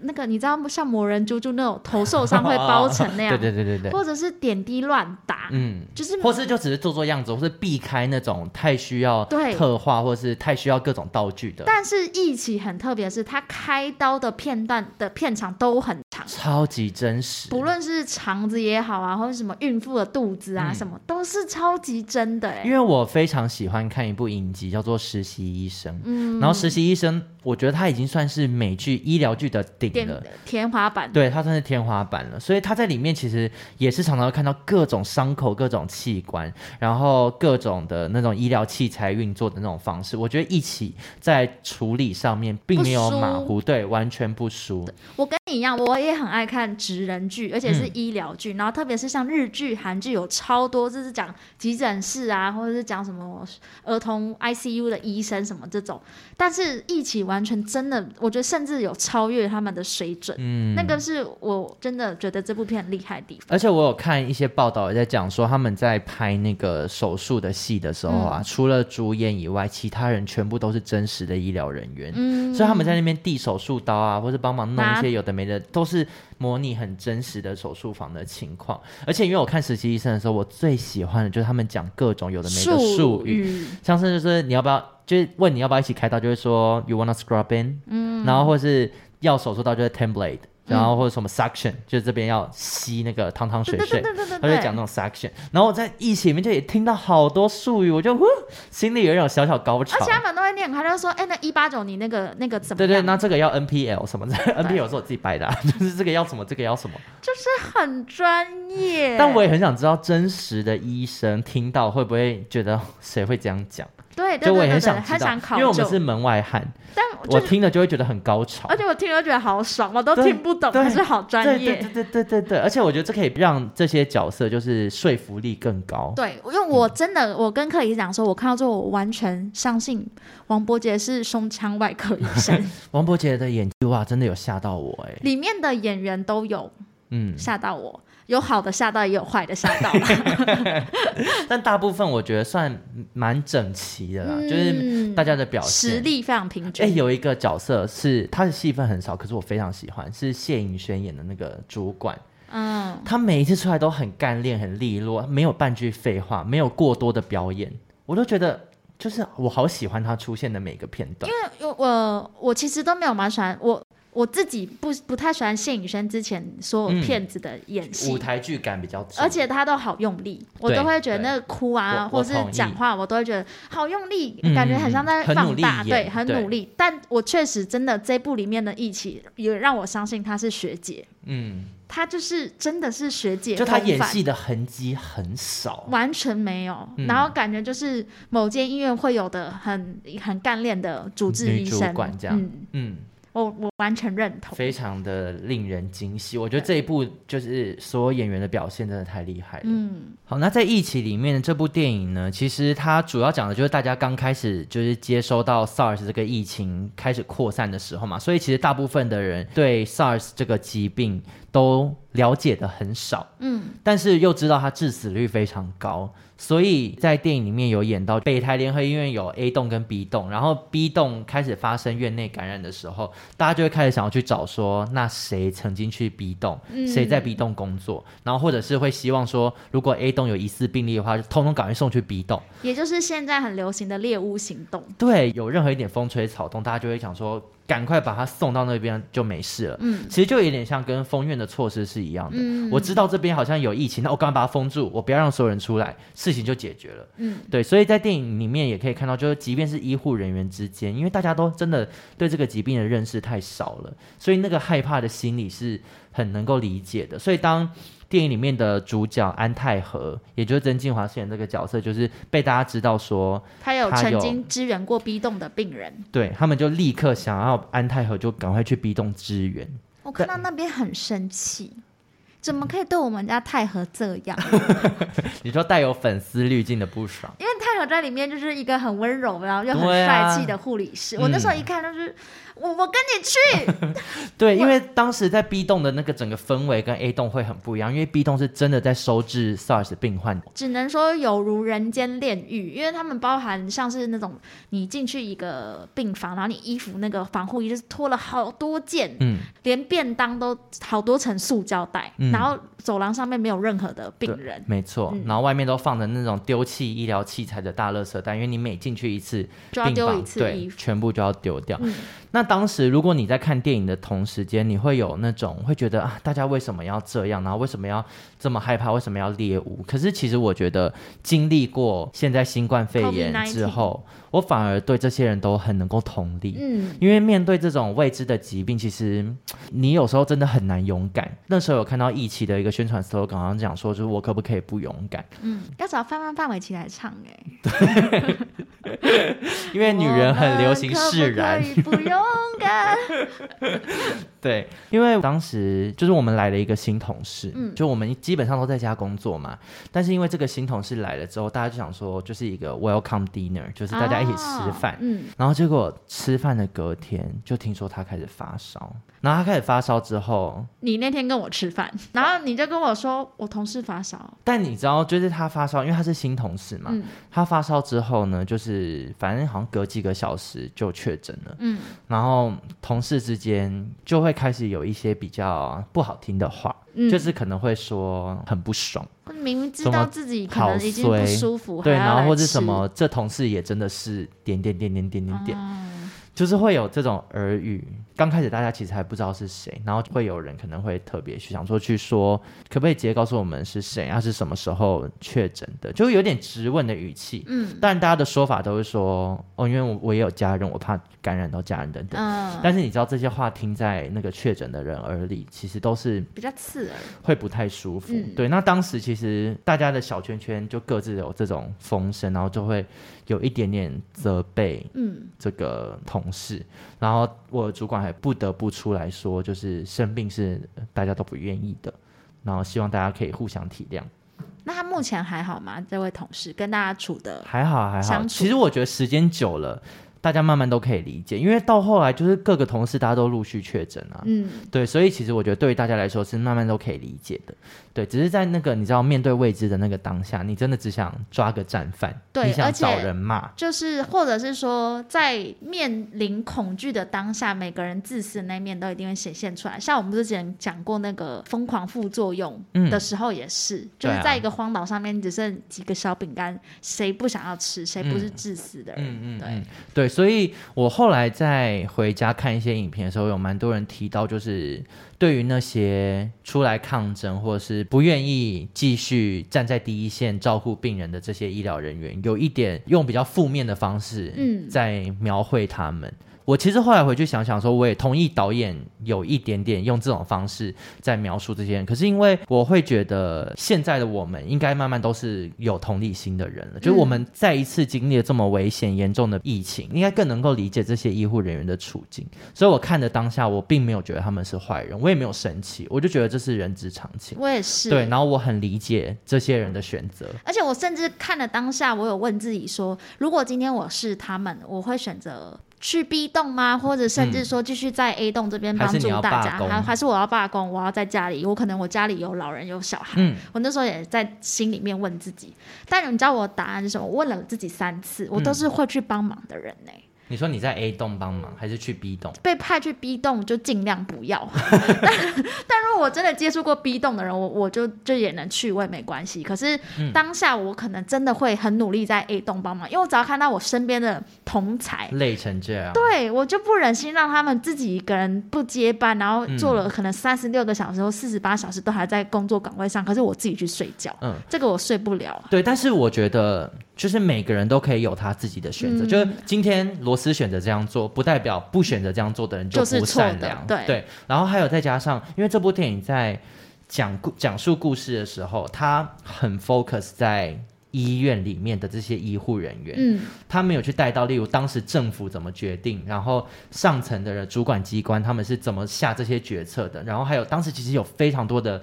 Speaker 2: 那个你知道像魔人猪猪那种头受伤会包成那样，
Speaker 1: 对对对对对，
Speaker 2: 啊或者是点滴乱打，
Speaker 1: 嗯，
Speaker 2: 就是
Speaker 1: 或是就只是做做样子，或是避开那种太需要
Speaker 2: 对
Speaker 1: 特化，或是太需要各种道具的，
Speaker 2: 但是一起很特别，是它开刀的片段的片场都很长，
Speaker 1: 超级真实。
Speaker 2: 不论是肠子也好啊，或者什么孕妇的肚子啊，什么都是超级真的、
Speaker 1: 嗯因
Speaker 2: 欸。
Speaker 1: 为我非常喜欢看一部影集，叫做《实习医生》。
Speaker 2: 嗯，
Speaker 1: 然后《实习医生》，我觉得他已经算是美剧医疗剧的顶
Speaker 2: 点
Speaker 1: 了，
Speaker 2: 天花板，
Speaker 1: 对他算是天花板了。所以他在里面其实也是常常会看到各种伤口、各种器官，然后各种的那种医疗器材运作的那种方式。我觉得一起在处理上面并没有
Speaker 2: 不输
Speaker 1: 马虎，对，完全不输。
Speaker 2: 我跟你一样，我也很爱看职人剧，而且
Speaker 1: 嗯
Speaker 2: 是医疗剧。然后特别是像日剧、韩剧，有超多就是讲急诊室啊，或者是讲什么儿童 ICU 的医生什么这种。但是一起完全真的，我觉得甚至有超越他们的水准。
Speaker 1: 嗯
Speaker 2: 那个是我真的觉得这部片很厉害的地方。
Speaker 1: 而且我有看一些报道也在讲说，他们在拍那个手术的戏的时候
Speaker 2: 嗯
Speaker 1: 啊，除了主演以外，其他人全部都是真实的医疗人员。
Speaker 2: 嗯，
Speaker 1: 所以他们在那边递手术刀啊，或是帮忙弄一
Speaker 2: 拿
Speaker 1: 些有的没的，都是模拟很真实的手术房的情况。而且因为我看实习医生的时候，我最喜欢的就是他们讲各种有的没的术语，
Speaker 2: 语，
Speaker 1: 像是就是你要不要，就是问你要不要一起开刀，就会说 you wanna scrub in，嗯，然后或是要手术刀就是 ten blade，然
Speaker 2: 嗯
Speaker 1: 后或者什么 suction，、就是这边要吸那个汤汤水
Speaker 2: 对
Speaker 1: 水
Speaker 2: 对对。对对对
Speaker 1: 他就
Speaker 2: 对，
Speaker 1: 讲那种 suction，然后我在疫情里面就也听到好多术语，我就呼心里有一种小小高潮。
Speaker 2: 而且他们都会念，他就说：“哎、那一八九你那个那个怎么
Speaker 1: 对
Speaker 2: 样？”
Speaker 1: 对，那这个要 NPL 什么的，NPL 是我自己掰的、啊， 就是这个要什么，这个要什么。
Speaker 2: 就是很专业。
Speaker 1: 但我也很想知道，真实的医生听到会不会觉得谁会这样讲？
Speaker 2: 对对对对对，
Speaker 1: 就我也很想知
Speaker 2: 很
Speaker 1: 道
Speaker 2: 想，考
Speaker 1: 因为我
Speaker 2: 究，
Speaker 1: 们是门外汉，
Speaker 2: 但我
Speaker 1: 我
Speaker 2: 哦就是，
Speaker 1: 听了就会觉得很高潮
Speaker 2: 而。且我听了觉得好爽，我都
Speaker 1: 对
Speaker 2: 听不懂，
Speaker 1: 对
Speaker 2: 可是好
Speaker 1: 对
Speaker 2: 专
Speaker 1: 对
Speaker 2: 业。
Speaker 1: 对对对对对，而且我觉得这可以让这些角色就是说服力更高。
Speaker 2: 对，因为我真的，我跟克里斯讲说，我看到之后，我完全相信王伯杰是胸腔外科医 生，
Speaker 1: 王伯杰的演技哇，真的有吓到我哎、
Speaker 2: 里面的演员都有
Speaker 1: 嗯，
Speaker 2: 吓到我，有好的吓到，也有坏的吓到。
Speaker 1: 但大部分我觉得算蛮整齐的啦，啊就是
Speaker 2: 嗯
Speaker 1: 大家的表现
Speaker 2: 实。力非常平
Speaker 1: 哎、
Speaker 2: 均。
Speaker 1: 有一个角色是他的戏份很少，可是我非常喜欢，是谢颖轩演的那个主管，
Speaker 2: 嗯，
Speaker 1: 他每一次出来都很干练、很利落，没有半句废话，没有过多的表演，我都觉得就是我好喜欢他出现的每个片段。
Speaker 2: 因为我我其实都没有蛮喜欢我。我自己不不太喜欢谢颖轩之前所
Speaker 1: 嗯
Speaker 2: 有骗子的演戏，
Speaker 1: 舞台剧感比较重，
Speaker 2: 而且他都好用力，我
Speaker 1: 对
Speaker 2: 都会觉得那个哭啊，
Speaker 1: 我我
Speaker 2: 或是
Speaker 1: 同意
Speaker 2: 讲话，我都会觉得好用力，
Speaker 1: 嗯
Speaker 2: 感觉很像在
Speaker 1: 很努
Speaker 2: 放
Speaker 1: 力
Speaker 2: 大，
Speaker 1: 演
Speaker 2: 对，很
Speaker 1: 对
Speaker 2: 努力。但我确实真的这部里面的义气，也让我相信她是学姐，
Speaker 1: 嗯，
Speaker 2: 她就是真的是学姐风
Speaker 1: 就
Speaker 2: 范，
Speaker 1: 他演戏的痕迹很少。
Speaker 2: 完全没有，
Speaker 1: 嗯
Speaker 2: 然后感觉就是某间医院会有的很很干练的主治
Speaker 1: 女
Speaker 2: 医
Speaker 1: 主
Speaker 2: 生，
Speaker 1: 管这样
Speaker 2: 嗯，
Speaker 1: 嗯，
Speaker 2: 我我完全认同。
Speaker 1: 非常的令人惊喜。我觉得这一部就是所有演员的表现真的太厉害了。
Speaker 2: 嗯，
Speaker 1: 好，那在《一起》里面的这部电影呢，其实它主要讲的就是大家刚开始就是接收到 SARS 这个疫情开始扩散的时候嘛，所以其实大部分的人对 SARS 这个疾病都了解的很少，嗯，但是又知道它致死率非常高，所以在电影里面有演到北台联合医院有 A 栋跟 B 栋，然后 B 栋开始发生院内感染的时候，大家就会开始想要去找说，那谁曾经去 B 栋，谁在 B 栋工作，然后或者是会希望说，如果 A 栋有疑似病例的话，就通通赶快送去 B 栋。
Speaker 2: 也就是现在很流行的猎巫行动。
Speaker 1: 对，有任何一点风吹草动，大家就会想说，赶快把它送到那边就没事了。嗯，其实就有点像跟封院的措施是一样的。嗯，我知道这边好像有疫情，那我赶快把它封住，我不要让所有人出来，事情就解决了。嗯，对，所以在电影里面也可以看到，就是即便是医护人员之间，因为大家都真的对这个疾病的认识太少了，所以那个害怕的心理是很能够理解的。所以当电影里面的主角安泰和，也就是曾静华饰演这个角色，就是被大家知道说，
Speaker 2: 他有
Speaker 1: 他
Speaker 2: 曾
Speaker 1: 有
Speaker 2: 经支援过 B 栋的病人，
Speaker 1: 对他们就立刻想要安泰和就赶快去 B 栋支援，
Speaker 2: 我看到那边很生气，怎么可以对我们家太和这 样？
Speaker 1: 你说带有粉丝滤镜的不爽，
Speaker 2: 因为太和在里面就是一个很温柔，然后又很
Speaker 1: 对啊嗯
Speaker 2: 帅气的护理师。我那时候一看就是，我我跟你去，
Speaker 1: 对，因为当时在 B 栋的那个整个氛围跟 A 栋会很不一样，因为 B 栋是真的在收治 SARS 病患，
Speaker 2: 只能说有如人间炼狱，因为他们包含像是那种你进去一个病房，然后你衣服那个防护衣就是脱了好多件，
Speaker 1: 嗯，
Speaker 2: 连便当都好多层塑胶袋，
Speaker 1: 嗯
Speaker 2: 然后走廊上面没有任何的病
Speaker 1: 对
Speaker 2: 人。
Speaker 1: 没错，然后外面都放着那种丢弃医疗器材的大垃圾袋，因为你每进去一次，
Speaker 2: 就要
Speaker 1: 病
Speaker 2: 丢
Speaker 1: 房
Speaker 2: 一次
Speaker 1: 对
Speaker 2: 衣服
Speaker 1: 全部就要丢掉。
Speaker 2: 嗯
Speaker 1: 那当时如果你在看电影的同时间，你会有那种会觉得啊，大家为什么要这样，然后为什么要这么害怕，为什么要猎物？可是其实我觉得经历过现在新冠肺炎
Speaker 2: COVID-19
Speaker 1: 之后，我反而对这些人都很能够同理。
Speaker 2: 嗯，
Speaker 1: 因为面对这种未知的疾病，其实嗯你有时候真的很难勇敢。那时候有看到疫情的一个宣传 slogan，好像讲说，就是我可不可以不勇敢？
Speaker 2: 嗯要找范范范玮琪来唱哎、欸，
Speaker 1: 因为女人很流行释然
Speaker 2: 哦我。们可不可以不勇敢？
Speaker 1: 对，因为当时就是我们来了一个新同事，就我们基本上都在家工作嘛，但是因为这个新同事来了之后，大家就想说就是一个 welcome dinner，就是大家一起吃饭，
Speaker 2: 哦嗯，
Speaker 1: 然后结果吃饭的隔天就听说他开始发烧，然后他开始发烧之后，
Speaker 2: 你那天跟我吃饭，然后你就跟我说我同事发烧，
Speaker 1: 但你知道就是他发烧，因为他是新同事嘛，
Speaker 2: 嗯
Speaker 1: 他发烧之后呢，就是反正好像隔几个小时就确诊了，
Speaker 2: 嗯，
Speaker 1: 然后同事之间就会开始有一些比较不好听的话，
Speaker 2: 嗯
Speaker 1: 就是可能会说很不爽，
Speaker 2: 明明知道自己可能已
Speaker 1: 什
Speaker 2: 经
Speaker 1: 么
Speaker 2: 不
Speaker 1: 好衰
Speaker 2: 舒服，
Speaker 1: 对，
Speaker 2: 还要
Speaker 1: 然后
Speaker 2: 来
Speaker 1: 或是
Speaker 2: 吃
Speaker 1: 什么这同事也真的是点点点点点点点，
Speaker 2: 嗯
Speaker 1: 就是会有这种耳语。刚开始大家其实还不知道是谁，然后会有人可能会特别去想说去说，可不可以直接告诉我们是谁，啊他是什么时候确诊的，就有点质问的语气。
Speaker 2: 嗯
Speaker 1: 但大家的说法都是说，哦，因为我我也有家人，我怕感染到家人等等。
Speaker 2: 嗯，
Speaker 1: 但是你知道这些话听在那个确诊的人耳里，其实都是
Speaker 2: 比较刺耳，
Speaker 1: 会不太舒服。
Speaker 2: 嗯
Speaker 1: 对，那当时其实大家的小圈圈就各自有这种风声，然后就会有一点点责备
Speaker 2: 嗯，
Speaker 1: 这个同同事，然后我的主管还不得不出来说，就是生病是大家都不愿意的，然后希望大家可以互相体谅。
Speaker 2: 那他目前还好吗？这位同事跟大家处的，
Speaker 1: 还好还
Speaker 2: 相
Speaker 1: 好，
Speaker 2: 处
Speaker 1: 其实我觉得时间久了，大家慢慢都可以理解，因为到后来就是各个同事大家都陆续确诊啊，
Speaker 2: 嗯，
Speaker 1: 对，所以其实我觉得对于大家来说是慢慢都可以理解的，对，只是在那个你知道面对未知的那个当下，你真的只想抓个战犯，
Speaker 2: 对
Speaker 1: 你想
Speaker 2: 而且
Speaker 1: 找人骂，
Speaker 2: 就是或者是说，在面临恐惧的当下，每个人自私的那一面都一定会显现出来。像我们之前讲过那个疯狂副作用
Speaker 1: 嗯
Speaker 2: 的时候，也是，就
Speaker 1: 对啊
Speaker 2: 是在一个荒岛上面，只剩几个小饼干，谁不想要吃，谁不是自私的人？
Speaker 1: 嗯嗯
Speaker 2: 对
Speaker 1: 嗯，对，所以我后来在回家看一些影片的时候，有蛮多人提到，就是对于那些出来抗争或是不愿意继续站在第一线照顾病人的这些医疗人员，有一点用比较负面的方式，
Speaker 2: 嗯
Speaker 1: 在描绘他们。我其实后来回去想想说，我也同意导演有一点点用这种方式在描述这些人，可是因为我会觉得现在的我们应该慢慢都是有同理心的人了，就是我们再一次经历了这么危险严重的疫情，应该更能够理解这些医护人员的处境。所以我看的当下，我并没有觉得他们是坏人，我也没有生气，我就觉得这是人之常情。
Speaker 2: 我也是，
Speaker 1: 对，然后我很理解这些人的选择。
Speaker 2: 而且我甚至看了当下，我有问自己说，如果今天我是他们，我会选择去 B 栋吗？或者甚至说继续在 A 栋这边
Speaker 1: 嗯
Speaker 2: 帮
Speaker 1: 还是
Speaker 2: 助
Speaker 1: 你要
Speaker 2: 大家，
Speaker 1: 罢工
Speaker 2: 还还是我要罢工，我要在家里，我可能我家里有老人有小孩。
Speaker 1: 嗯
Speaker 2: 我那时候也在心里面问自己，但你知道我的答案是什么？我问了自己三次，
Speaker 1: 嗯
Speaker 2: 我都是会去帮忙的人呢、
Speaker 1: 你说你在 A 栋帮忙，还是去 B 栋？
Speaker 2: 被派去 B 栋就尽量不要， 但但如果我真的接触过 B 栋的人，我我就就也能去，我也没关系。可是
Speaker 1: 嗯
Speaker 2: 当下我可能真的会很努力在 A 栋帮忙，因为我只要看到我身边的同才，
Speaker 1: 累成这样，
Speaker 2: 对我就不忍心让他们自己一个人不接班，然后做
Speaker 1: 嗯
Speaker 2: 了可能三十六个小时或四十八小时都还在工作岗位上，可是我自己去睡觉，
Speaker 1: 嗯
Speaker 2: 这个我睡不了。
Speaker 1: 对，但是我觉得就是每个人都可以有他自己的选择，
Speaker 2: 嗯
Speaker 1: 就是今天罗斯选择这样做，不代表不选择这样做的人
Speaker 2: 就
Speaker 1: 不
Speaker 2: 是错
Speaker 1: 善
Speaker 2: 的
Speaker 1: 良。
Speaker 2: 对
Speaker 1: 然后还有再加上，因为这部电影在讲故讲述故事的时候，它很 focus 在。医院里面的这些医护人员，
Speaker 2: 嗯，
Speaker 1: 他没有去带到，例如当时政府怎么决定，然后上层的人主管机关他们是怎么下这些决策的，然后还有当时其实有非常多的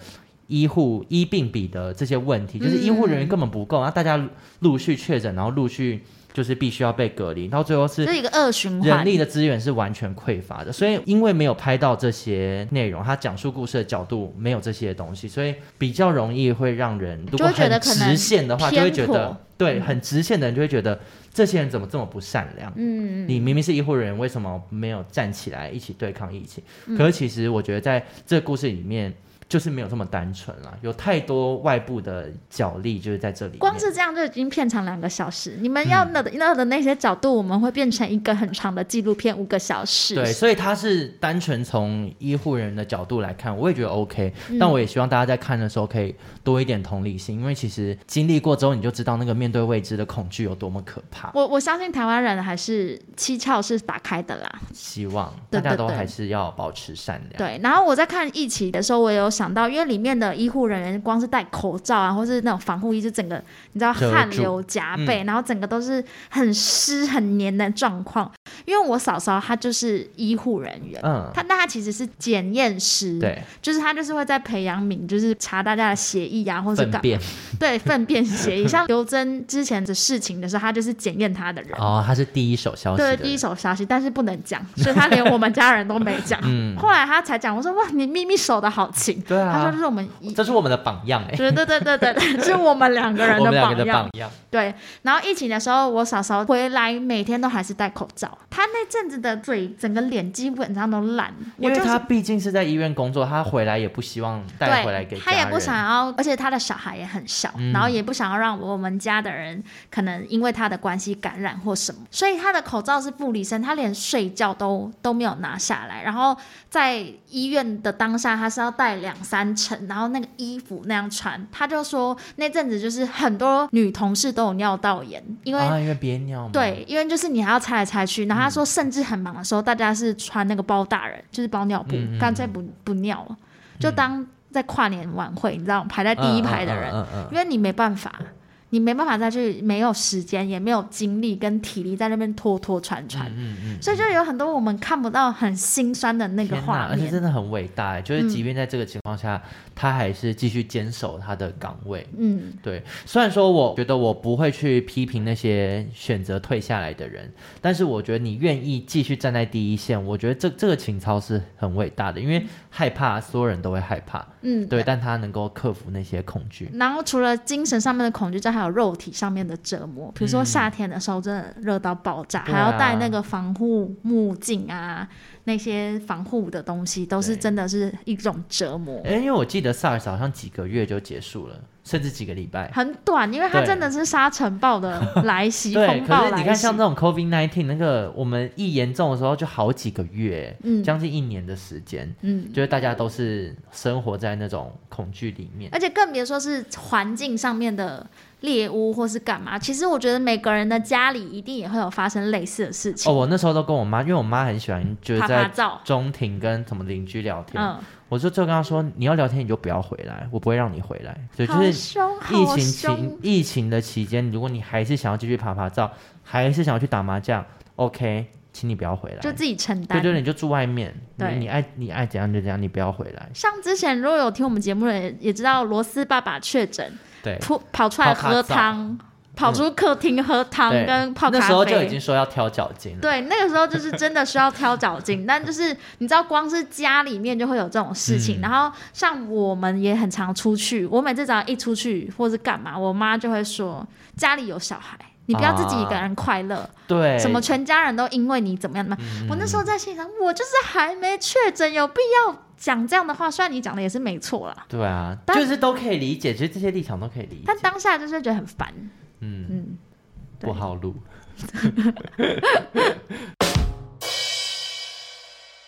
Speaker 1: 医护医病比的这些问题，就是医护人员根本不够，然后大家陆续确诊，然后陆续就是必须要被隔离，到最后
Speaker 2: 这
Speaker 1: 是。
Speaker 2: 是一个恶循环
Speaker 1: 人。力的资源是完全匮乏的，所以因为没有拍到这些内容，他讲述故事的角度没有这些东西，所以比较容易会让人如
Speaker 2: 就
Speaker 1: 果
Speaker 2: 会觉得
Speaker 1: 很
Speaker 2: 可能
Speaker 1: 直线的话，就
Speaker 2: 偏
Speaker 1: 会觉得
Speaker 2: 颇
Speaker 1: 对很直线的人就会觉得这些人怎么这么不善良。
Speaker 2: 嗯，
Speaker 1: 你明明是医护人员，为什么没有站起来一起对抗疫情？
Speaker 2: 嗯
Speaker 1: 可是其实我觉得在这个故事里面，就是没有这么单纯啦，有太多外部的角力，就是在这里面。嗯
Speaker 2: 光是这样就已经片长两个小时，你们要那的、那的那些角度，我们会变成一个很长的纪录片，五个小时。
Speaker 1: 对，所以他是单纯从医护人员的角度来看，我也觉得 OK，、但
Speaker 2: 嗯
Speaker 1: 我也希望大家在看的时候可以多一点同理心，因为其实经历过之后，你就知道那个面对未知的恐惧有多么可怕。
Speaker 2: 我我相信台湾人还是七窍是打开的啦。
Speaker 1: 希望大
Speaker 2: 对
Speaker 1: 家
Speaker 2: 对
Speaker 1: 都
Speaker 2: 对
Speaker 1: 还是要保持善良。
Speaker 2: 对，然后我在看疫情的时候，我也有想到，因为里面的医护人员光是戴口罩啊，或是那种防护衣，就整个你知道
Speaker 1: 遮
Speaker 2: 汗
Speaker 1: 住嗯
Speaker 2: 流浃背，然后整个都是很湿很黏的状况。因为我嫂嫂她就是医护人员，
Speaker 1: 嗯
Speaker 2: 她那她其实是检验师，
Speaker 1: 对，
Speaker 2: 就是她就是会在培养皿，就是查大家的血液啊，或是
Speaker 1: 粪
Speaker 2: 干
Speaker 1: 便
Speaker 2: 对粪便 协议，像刘真之前的事情的时候，他就是检验他的人，
Speaker 1: 哦，他是第一手消息的
Speaker 2: 对
Speaker 1: 人，
Speaker 2: 第一手消息，但是不能讲，所以他连我们家人都没 讲。后来他才讲，我说哇，你秘密守的好勤。
Speaker 1: 对啊
Speaker 2: 他说这是我们一，
Speaker 1: 这是我们的榜样哎、
Speaker 2: 对对对对 对，对是我们两个人
Speaker 1: 我
Speaker 2: 的
Speaker 1: 们两个
Speaker 2: 榜
Speaker 1: 的
Speaker 2: 样
Speaker 1: 榜。样。
Speaker 2: 对，然后疫情的时候，我嫂嫂回来每天都还是戴口罩，她那阵子的嘴整个脸基本上都烂了，我
Speaker 1: 因为
Speaker 2: 就是
Speaker 1: 他毕竟是在医院工作，他回来也不希望带
Speaker 2: 对，
Speaker 1: 回来给家
Speaker 2: 他
Speaker 1: 人。嗯
Speaker 2: 也不想要，而且他的小孩也很小，然后也不想要让我们家的人可能因为他的关系感染或什么，所以他的口罩是不离身，他连睡觉都都没有拿下来。然后在医院的当下，他是要带两三层，然后那个衣服那样穿。他就说那阵子就是很多女同事都有尿道炎，因为
Speaker 1: 啊，因为憋尿嘛。，
Speaker 2: 对，因为就是你还要猜来猜去，然后他说甚至很忙的时候，大家是穿那个包大人，就是包尿布，
Speaker 1: 嗯
Speaker 2: 干、脆不不尿了，就当在跨年晚会，你知道吗？排在第一排的人，
Speaker 1: 嗯嗯嗯嗯
Speaker 2: 因为你没办法。你没办法再去没有时间，也没有精力跟体力在那边拖拖喘喘，
Speaker 1: 嗯嗯
Speaker 2: 所以就有很多我们看不到很心酸的那个
Speaker 1: 天哪
Speaker 2: 画
Speaker 1: 而且
Speaker 2: 面。
Speaker 1: 真的很伟大欸，就是
Speaker 2: 嗯
Speaker 1: 即便在这个情况下，他还是继续坚守他的岗位。
Speaker 2: 嗯，
Speaker 1: 对，虽然说我觉得我不会去批评那些选择退下来的人，但是我觉得你愿意继续站在第一线，我觉得这这个情操是很伟大的，因为害怕，所有人都会害怕，
Speaker 2: 嗯，
Speaker 1: 对，但他能够克服那些恐惧。
Speaker 2: 然后除了精神上面的恐惧，之外，还有肉体上面的折磨。比如说夏天的时候，真的热到爆炸，
Speaker 1: 嗯对
Speaker 2: 还
Speaker 1: 啊
Speaker 2: 要戴那个防护目镜啊，那些防护的东西，都是
Speaker 1: 对
Speaker 2: 真的是一种折磨，
Speaker 1: 哎，因为我记得 SARS 好像几个月就结束了，甚至几个礼拜。
Speaker 2: 很短，因为它
Speaker 1: 对
Speaker 2: 真的是沙尘暴的来袭，
Speaker 1: 对，
Speaker 2: 风
Speaker 1: 可
Speaker 2: 暴
Speaker 1: 是你
Speaker 2: 来
Speaker 1: 看，
Speaker 2: 袭
Speaker 1: 像。这种 COVID nineteen 那个，我们一严重的时候就好几个月，
Speaker 2: 嗯
Speaker 1: 将近一年的时间，
Speaker 2: 嗯，
Speaker 1: 就是大家都是生活在那种恐惧里面。
Speaker 2: 而且更别说是环境上面的猎污或是干嘛。其实我觉得每个人的家里一定也会有发生类似的事情，
Speaker 1: 哦，我那时候都跟我妈，因为我妈很喜欢就是
Speaker 2: 啪啪
Speaker 1: 在
Speaker 2: 照，
Speaker 1: 中庭跟什么邻居聊天，
Speaker 2: 嗯，
Speaker 1: 我就就跟她说，你要聊天你就不要回来，我不会让你回来。对，就
Speaker 2: 好
Speaker 1: 是
Speaker 2: 凶，
Speaker 1: 疫
Speaker 2: 好
Speaker 1: 情
Speaker 2: 凶
Speaker 1: 期，疫情的期间，如果你还是想要继续爬爬照，还是想要去打麻将，OK，请你不要回来。
Speaker 2: 就自己承
Speaker 1: 对
Speaker 2: 担。
Speaker 1: 对，对你就住外面，你
Speaker 2: 对
Speaker 1: 你爱你爱怎样就怎样，你不要回来。
Speaker 2: 像之前如果有听我们节目的人也知道，罗斯爸爸确诊，
Speaker 1: 对，
Speaker 2: 跑跑出来喝汤，跑出客厅喝汤
Speaker 1: 对
Speaker 2: 跟泡咖
Speaker 1: 那
Speaker 2: 啡。
Speaker 1: 时候就已经说要挑脚筋了。
Speaker 2: 对，那个时候就是真的需要挑脚筋， 但就是你知道，光是家里面就会有这种事情。
Speaker 1: 嗯
Speaker 2: 然后像我们也很常出去，我每次只要一出去或是干嘛，我妈就会说家里有小孩，你不要自己一个
Speaker 1: 啊
Speaker 2: 人快乐，
Speaker 1: 对，
Speaker 2: 什么全家人都因为你怎么样嘛。
Speaker 1: 嗯
Speaker 2: 我那时候在心想，我就是还没确诊，有必要讲这样的话？虽然你讲的也是没错啦，
Speaker 1: 对啊，
Speaker 2: 但
Speaker 1: 就是都可以理解，其实这些立场都可以理解
Speaker 2: 但。当下就是觉得很烦。
Speaker 1: 嗯
Speaker 2: 嗯，对
Speaker 1: 不好录。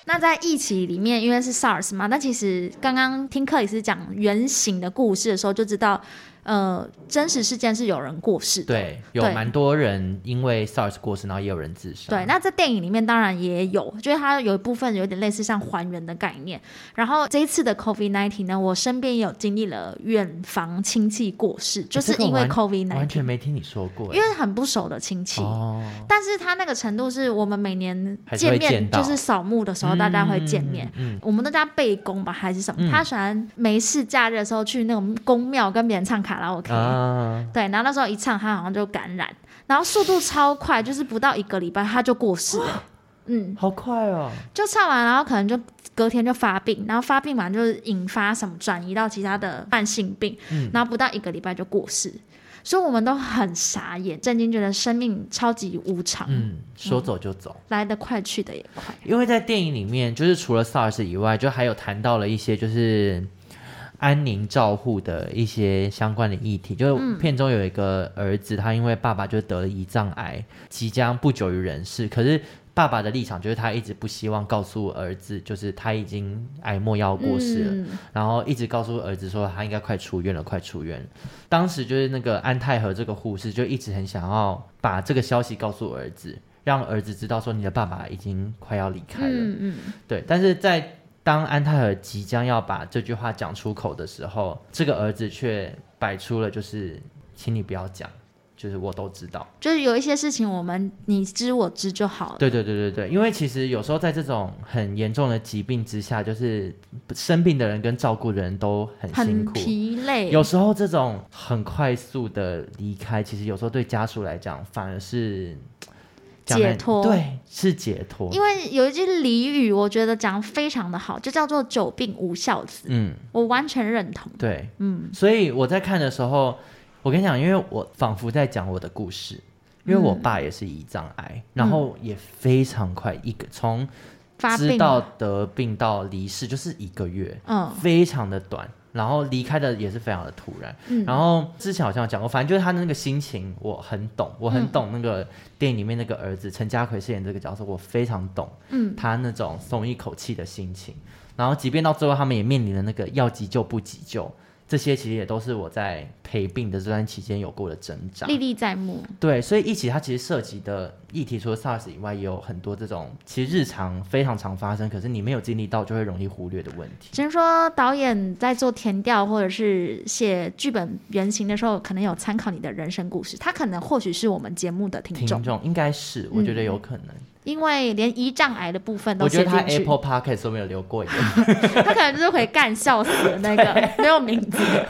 Speaker 2: 那在一起里面，因为是 SARS 嘛，那其实刚刚听克里斯讲原型的故事的时候，就知道，呃，真实事件是有人过世的。
Speaker 1: 对，有
Speaker 2: 对
Speaker 1: 蛮多人因为 SARS 过世，然后也有人自杀。
Speaker 2: 对，那在电影里面当然也有，就是它有一部分有点类似像还原的概念。然后这一次的 COVID nineteen 呢，我身边也有经历了远房亲戚过世，就是
Speaker 1: 这个
Speaker 2: 因为
Speaker 1: 完
Speaker 2: COVID
Speaker 1: 完
Speaker 2: nineteen，
Speaker 1: 全没听你说过欸。
Speaker 2: 因为很不熟的亲戚。
Speaker 1: 哦，
Speaker 2: 但是他那个程度是我们每年
Speaker 1: 还是
Speaker 2: 见
Speaker 1: 会
Speaker 2: 面，
Speaker 1: 见到
Speaker 2: 就是扫墓的时候大家会见面。
Speaker 1: 嗯，嗯，
Speaker 2: 我们都叫他背公吧，还是什么？
Speaker 1: 嗯
Speaker 2: 他喜欢没事假日的时候去那种宫庙跟别人唱卡拉 OK，、
Speaker 1: 嗯啊，
Speaker 2: 对，然后那时候一唱，他好像就感染，然后速度超快，就是不到一个礼拜他就过世了。嗯，
Speaker 1: 好快哦，
Speaker 2: 就唱完，然后可能就隔天就发病，然后发病完就是引发什么转移到其他的慢性病，
Speaker 1: 嗯
Speaker 2: 然后不到一个礼拜就过世，所以我们都很傻眼，震惊，觉得生命超级无常，
Speaker 1: 嗯，说走就走。
Speaker 2: 来得快去得也快。
Speaker 1: 因为在电影里面，就是除了 SARS 以外，就还有谈到了一些就是安宁照护的一些相关的议题。就是片中有一个儿子，他因为爸爸就得了胰脏癌，即将不久于人世，可是。爸爸的立场就是他一直不希望告诉儿子，就是他已经癌末要过世了，
Speaker 2: 嗯
Speaker 1: 然后一直告诉儿子说他应该快出院了，快出院了。当时就是那个安泰和这个护士就一直很想要把这个消息告诉儿子，让儿子知道说你的爸爸已经快要离开了。
Speaker 2: 嗯嗯，
Speaker 1: 对，但是在当安泰尔即将要把这句话讲出口的时候，这个儿子却摆出了就是，请你不要讲，就是我都知道。
Speaker 2: 就是有一些事情我们你知我知就好了。
Speaker 1: 对对对对对，因为其实有时候在这种很严重的疾病之下，就是生病的人跟照顾的人都很辛
Speaker 2: 很
Speaker 1: 苦。
Speaker 2: 疲累，
Speaker 1: 有时候这种很快速的离开，其实有时候对家属来讲反而是讲
Speaker 2: 解
Speaker 1: 难
Speaker 2: 脱
Speaker 1: 对，是解脱。
Speaker 2: 因为有一句俚语，我觉得讲得非常的好，就叫做“久病无孝子
Speaker 1: 嗯，”，
Speaker 2: 我完全认同。
Speaker 1: 对，
Speaker 2: 嗯，
Speaker 1: 所以我在看的时候，我跟你讲，因为我仿佛在讲我的故事，因为我爸也是胰脏癌，然后
Speaker 2: 嗯
Speaker 1: 也非常快，一个从
Speaker 2: 发
Speaker 1: 知
Speaker 2: 病
Speaker 1: 道
Speaker 2: 了
Speaker 1: 得病到离世就是一个月，
Speaker 2: 嗯
Speaker 1: 非常的短。然后离开的也是非常的突然，
Speaker 2: 嗯
Speaker 1: 然后之前好像有讲过，反正就是他的那个心情，我很懂，
Speaker 2: 嗯
Speaker 1: 我很懂那个电影里面那个儿子陈家奎饰演这个角色，我非常懂
Speaker 2: 嗯，
Speaker 1: 他那种松一口气的心情。然后即便到最后，他们也面临了那个要急救不急救，这些其实也都是我在陪病的这段期间有过的挣扎。
Speaker 2: 历历在目。
Speaker 1: 对，所以一起它其实涉及的议题，除了 SARS 以外，也有很多这种其实日常非常常发生，可是你没有经历到，就会容易忽略的问题。
Speaker 2: 只能说导演在做填调或者是写剧本原型的时候，可能有参考你的人生故事，他可能或许是我们节目的听众
Speaker 1: 听，众应该是，我觉得有可能。
Speaker 2: 因为连胰障癌的部分都
Speaker 1: 我觉
Speaker 2: 写
Speaker 1: 得他
Speaker 2: 进去，
Speaker 1: Apple Podcast 都没有留过言。
Speaker 2: 他可能就是回干笑死的那个没有名字，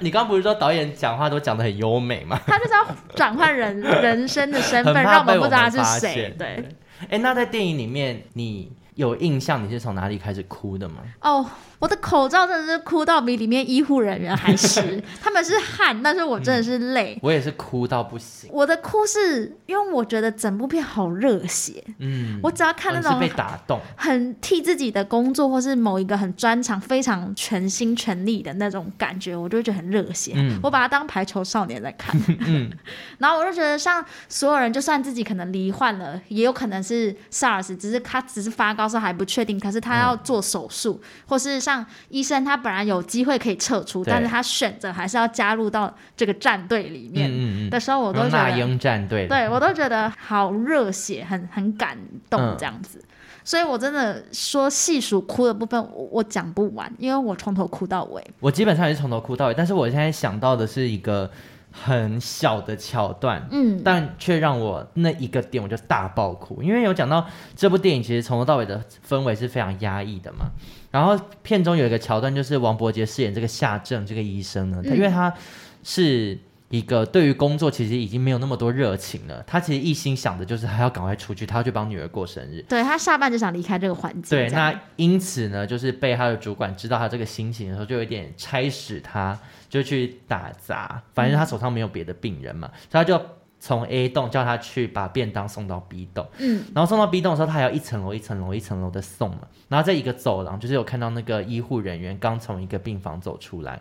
Speaker 1: 你刚不是说导演讲话都讲得很优美吗？
Speaker 2: 他就是要转换人人生的身份，
Speaker 1: 很怕
Speaker 2: 让我
Speaker 1: 被
Speaker 2: 们不知道他
Speaker 1: 们
Speaker 2: 是
Speaker 1: 发
Speaker 2: 谁
Speaker 1: 现。
Speaker 2: 对，
Speaker 1: 哎，那在电影里面，你有印象你是从哪里开始哭的吗？
Speaker 2: 哦，我的口罩真的是哭到比里面医护人员还湿，他们是汗，但是我真的是累。
Speaker 1: 我也是哭到不行。
Speaker 2: 我的哭是因为我觉得整部片好热血，
Speaker 1: 嗯，
Speaker 2: 我只要看那
Speaker 1: 你
Speaker 2: 种
Speaker 1: 是被打动。
Speaker 2: 很替自己的工作或是某一个很专长非常全心全力的那种感觉，我就会觉得很热血。啊
Speaker 1: 嗯
Speaker 2: 我把它当排球少年在看，
Speaker 1: 嗯
Speaker 2: 然后我就觉得像所有人，就算自己可能罹患了，也有可能是 SARS，只是他只是发高烧还不确定，可是他要做手
Speaker 1: 嗯
Speaker 2: 术，或是像医生他本来有机会可以撤出，
Speaker 1: 对
Speaker 2: 但是他选择还是要加入到这个战队里
Speaker 1: 嗯
Speaker 2: 面
Speaker 1: 嗯嗯，
Speaker 2: 的时候，我都觉
Speaker 1: 那
Speaker 2: 得
Speaker 1: 英战队的。
Speaker 2: 对我都觉得好热血，很很感
Speaker 1: 嗯
Speaker 2: 动这样子。所以我真的说细数哭的部分，我我讲不完，因为我从头哭到尾。
Speaker 1: 我基本上也是从头哭到尾，但是我现在想到的是一个很小的桥段，
Speaker 2: 嗯，
Speaker 1: 但却让我那一个点我就大爆哭，因为有讲到这部电影其实从头到尾的氛围是非常压抑的嘛。然后片中有一个桥段，就是王伯杰饰演这个夏正这个医生呢，他
Speaker 2: 嗯
Speaker 1: 因为他是一个对于工作其实已经没有那么多热情了，他其实一心想的就是他要赶快出去，他要去帮女儿过生日。
Speaker 2: 对他下半就想离开这个环境。
Speaker 1: 对，
Speaker 2: 这样
Speaker 1: 那因此呢，就是被他的主管知道他这个心情的时候，就有点差使他，就去打杂。反正他手上没有别的病人嘛，所以他就从 A 栋叫他去把便当送到 B 栋，
Speaker 2: 嗯，
Speaker 1: 然后送到 B 栋的时候，他还要一层楼一层楼一层楼的送嘛。然后在一个走廊，就是有看到那个医护人员刚从一个病房走出来，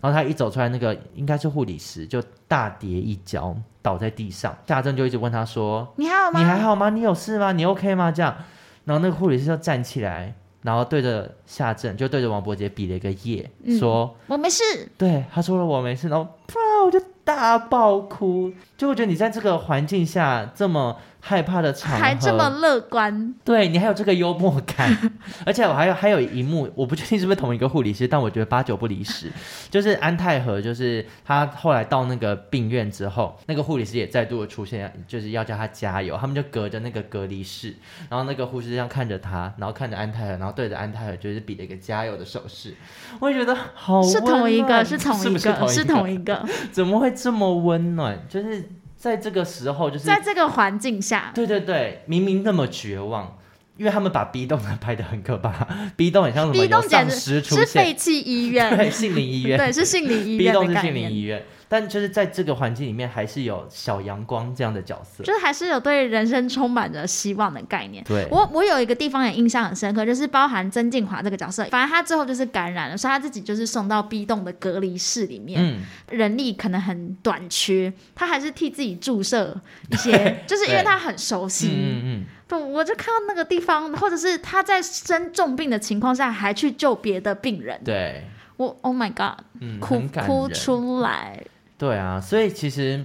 Speaker 1: 然后他一走出来，那个应该是护理师就大跌一跤倒在地上，夏正就一直问他说：“
Speaker 2: 你还好吗？
Speaker 1: 你还好吗？你有事吗？你 OK 吗？这样，然后那个护理师就站起来，然后对着夏正，就对着王伯杰比了一个耶，
Speaker 2: 嗯
Speaker 1: 说，
Speaker 2: 我没事。
Speaker 1: 对，他说了我没事，然后啪，我就大爆哭。就我觉得你在这个环境下这么害怕的场合，
Speaker 2: 还这么乐观，
Speaker 1: 对你还有这个幽默感， 而且我还有还有一幕，我不确定是不是同一个护理师，但我觉得八九不离十。就是安泰和，就是他后来到那个病院之后，那个护理师也再度的出现，就是要叫他加油。他们就隔着那个隔离室，然后那个护士这样看着他，然后看着安泰和，然后对着安泰和就是比了一个加油的手势。我也觉得好
Speaker 2: 是同一
Speaker 1: 温暖
Speaker 2: 个，是同一
Speaker 1: 不
Speaker 2: 个，
Speaker 1: 是同
Speaker 2: 是
Speaker 1: 同
Speaker 2: 同一个，
Speaker 1: 怎么会这么温暖？就是在这个时候，就是
Speaker 2: 在这个环境下，
Speaker 1: 对对对，明明那么绝望，因为他们把 B 栋拍的很可怕，B 栋很像什么
Speaker 2: B
Speaker 1: 嗯有
Speaker 2: 栋
Speaker 1: 丧
Speaker 2: 简直
Speaker 1: 尸出
Speaker 2: 是
Speaker 1: 现，
Speaker 2: 废弃医
Speaker 1: 对，
Speaker 2: 院，
Speaker 1: 杏林医院
Speaker 2: 对，是心理医
Speaker 1: ，B
Speaker 2: 院
Speaker 1: 栋
Speaker 2: 的
Speaker 1: 是
Speaker 2: 概
Speaker 1: 杏林医
Speaker 2: 念，
Speaker 1: 院，但就是在这个环境里面，还是有小阳光这样的角色，
Speaker 2: 就是还是有对人生充满着希望的概念。
Speaker 1: 对，
Speaker 2: 我我有一个地方也印象很深刻，就是包含曾静华这个角色，反正他最后就是感染了，所以他自己就是送到 B 栋的隔离室里面，
Speaker 1: 嗯，
Speaker 2: 人力可能很短缺，他还是替自己注射一 些，就是因为
Speaker 1: 对
Speaker 2: 他很熟
Speaker 1: 嗯
Speaker 2: 悉。
Speaker 1: 嗯嗯，
Speaker 2: 对，我就看到那个地方，或者是他在生重病的情况下还去救别的病人，
Speaker 1: 对，
Speaker 2: 我 Oh my God，
Speaker 1: 嗯，
Speaker 2: 哭
Speaker 1: 很感
Speaker 2: 哭
Speaker 1: 人
Speaker 2: 出来。
Speaker 1: 对啊，所以其实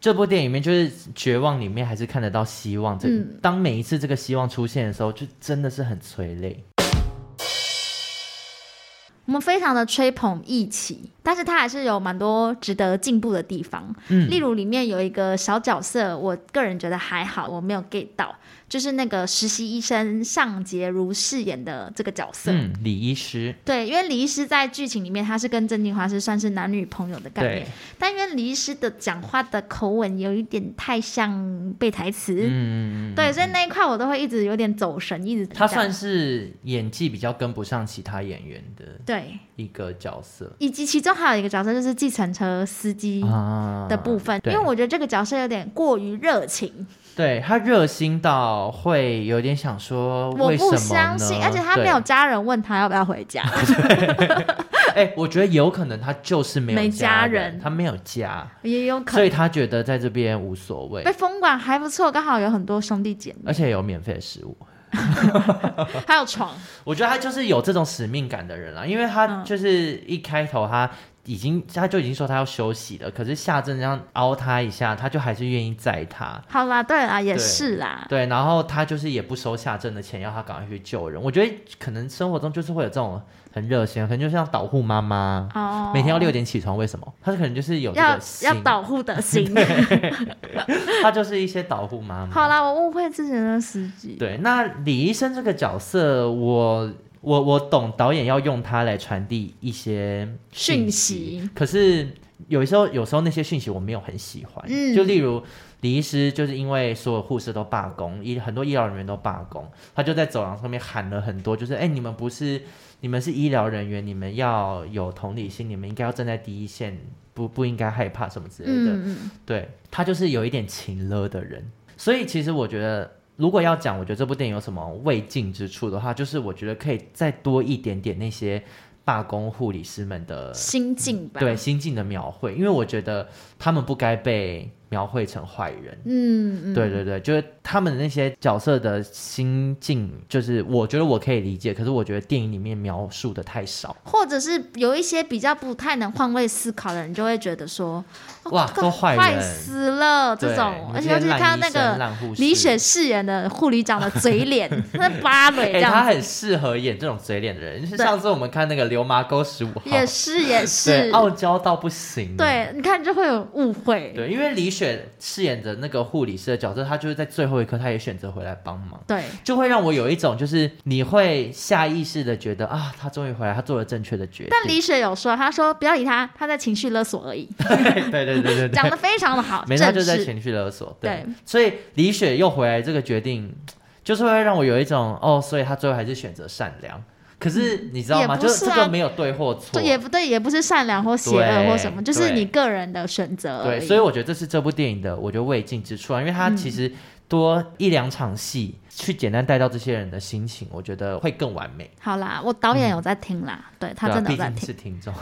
Speaker 1: 这部电影里面就是绝望里面还是看得到希望。这、
Speaker 2: 嗯
Speaker 1: 当每一次这个希望出现的时候，就真的是很催泪。
Speaker 2: 我们非常的吹捧义起，但是它还是有蛮多值得进步的地方。
Speaker 1: 嗯
Speaker 2: 例如里面有一个小角色，我个人觉得还好，我没有 get 到，就是那个实习医生尚洁如饰演的这个角色。
Speaker 1: 嗯，李医师，
Speaker 2: 对，因为李医师在剧情里面，他是跟郑敬华是算是男女朋友的概
Speaker 1: 对
Speaker 2: 念，，但因为李医师的讲话的口吻有一点太像背台词，
Speaker 1: 嗯嗯嗯，
Speaker 2: 对，所以那一块我都会一直有点走神，一直
Speaker 1: 他
Speaker 2: 这样
Speaker 1: 算是演技比较跟不上其他演员的
Speaker 2: 对，
Speaker 1: 一个角色
Speaker 2: 以及其中还有一个角色就是计程车司机，
Speaker 1: 啊
Speaker 2: 的部分，因
Speaker 1: 对
Speaker 2: 为我觉得这个角色有点过于热情，
Speaker 1: 对他热心到会有点想说，
Speaker 2: 我
Speaker 1: 为什么
Speaker 2: 不
Speaker 1: 呢
Speaker 2: 相信，而且他
Speaker 1: 对
Speaker 2: 没有家人问他要不要回家，
Speaker 1: 哎、我觉得有可能他就是没有
Speaker 2: 没
Speaker 1: 家
Speaker 2: 家
Speaker 1: 人，
Speaker 2: 人
Speaker 1: 他没有家，
Speaker 2: 也有可
Speaker 1: 所以
Speaker 2: 能
Speaker 1: 他觉得在这边无所谓
Speaker 2: 被，封管还不错，刚好有很多兄弟姐妹，
Speaker 1: 而且有免费的食物。
Speaker 2: 还有床，
Speaker 1: 我觉得他就是有这种使命感的人啦，因为他
Speaker 2: 嗯
Speaker 1: 就是一开头他已经他就已经说他要休息了，可是夏正这样凹他一下，他就还是愿意载他。
Speaker 2: 好啦，对啦，也
Speaker 1: 对
Speaker 2: 是啦，
Speaker 1: 对，然后他就是也不收夏正的钱，要他赶快去救人。我觉得可能生活中就是会有这种很热心，可能就像导护妈妈，
Speaker 2: 哦，
Speaker 1: 每天要六点起床，为什么？他可能就是有这
Speaker 2: 要
Speaker 1: 个心
Speaker 2: 要，保护的 心。
Speaker 1: 他就是一些导护妈妈。
Speaker 2: 好啦，我误会之前的司机。
Speaker 1: 对，那李医生这个角色，我我我懂导演要用它来传递一些
Speaker 2: 讯
Speaker 1: 息，
Speaker 2: 息
Speaker 1: 可是有时候有时候那些讯息我没有很喜欢，
Speaker 2: 嗯
Speaker 1: 就例如。李医师就是因为所有护士都罢工，医很多医疗人员都罢工，他就在走廊上面喊了很多，就是哎、你们不是你们是医疗人员，你们要有同理心，你们应该要站在第一线，不不应该害怕什么之类的。
Speaker 2: 嗯嗯，
Speaker 1: 对他就是有一点情了的人，所以其实我觉得，如果要讲，我觉得这部电影有什么未尽之处的话，就是我觉得可以再多一点点那些罢工护理师们的
Speaker 2: 心境
Speaker 1: 呃
Speaker 2: 吧。
Speaker 1: 对，心境的描绘，因为我觉得他们不该被描绘成坏人。
Speaker 2: 嗯嗯，
Speaker 1: 对对对，就是他们那些角色的心境，就是我觉得我可以理解，可是我觉得电影里面描述的太少，
Speaker 2: 或者是有一些比较不太能换位思考的人，就会觉得说，哦
Speaker 1: 哇
Speaker 2: 干
Speaker 1: 啊都坏人
Speaker 2: 坏死了这
Speaker 1: 对
Speaker 2: 种，
Speaker 1: 你
Speaker 2: 而且
Speaker 1: 这
Speaker 2: 尤
Speaker 1: 些
Speaker 2: 其
Speaker 1: 烂
Speaker 2: 看
Speaker 1: 医
Speaker 2: 到那
Speaker 1: 生
Speaker 2: 个
Speaker 1: 烂护
Speaker 2: 李
Speaker 1: 士
Speaker 2: 雪饰演的护理长的 嘴脸，那芭蕾
Speaker 1: 哎、
Speaker 2: 这
Speaker 1: 他
Speaker 2: 样子，
Speaker 1: 很适合演这种嘴脸的人。就是
Speaker 2: 对
Speaker 1: 上次我们看那个《流麻沟十五号》，
Speaker 2: 也是也
Speaker 1: 对，
Speaker 2: 是，
Speaker 1: 傲娇到不行。欸
Speaker 2: 对，你看就会有误会，
Speaker 1: 对，因为李雪饰演的那个护理师的角色，她就是在最后一刻，她也选择回来帮忙，
Speaker 2: 对，
Speaker 1: 就会让我有一种就是你会下意识的觉得啊，她终于回来，她做了正确的决定。
Speaker 2: 但李雪有说，她说不要理他，他在情绪勒索而 已，
Speaker 1: 对对对对对
Speaker 2: 讲
Speaker 1: 对，
Speaker 2: 的非常的好，
Speaker 1: 没错，她
Speaker 2: 正
Speaker 1: 就在
Speaker 2: 式，
Speaker 1: 情绪勒索。
Speaker 2: 对，
Speaker 1: 所以李雪又回来这个决定，就是会让我有一种哦，所以她最后还是选择善良。可是你知道
Speaker 2: 也
Speaker 1: 吗？
Speaker 2: 不
Speaker 1: 就是
Speaker 2: 是
Speaker 1: 这
Speaker 2: 啊
Speaker 1: 个没有对或错，
Speaker 2: 这也不对，也不是善良或邪恶或什么，
Speaker 1: 对
Speaker 2: 就是
Speaker 1: 对
Speaker 2: 你个人的选择而
Speaker 1: 对，
Speaker 2: 已嗯
Speaker 1: 所以我觉得这是这部电影的我觉得未尽之处啊，因为它其实多一两场戏、去简单带到这些人的心情，我觉得会更完美。
Speaker 2: 好啦，我导演有在听啦，对他
Speaker 1: 对啊
Speaker 2: 真的有
Speaker 1: 毕
Speaker 2: 在
Speaker 1: 竟
Speaker 2: 听。
Speaker 1: 是听众。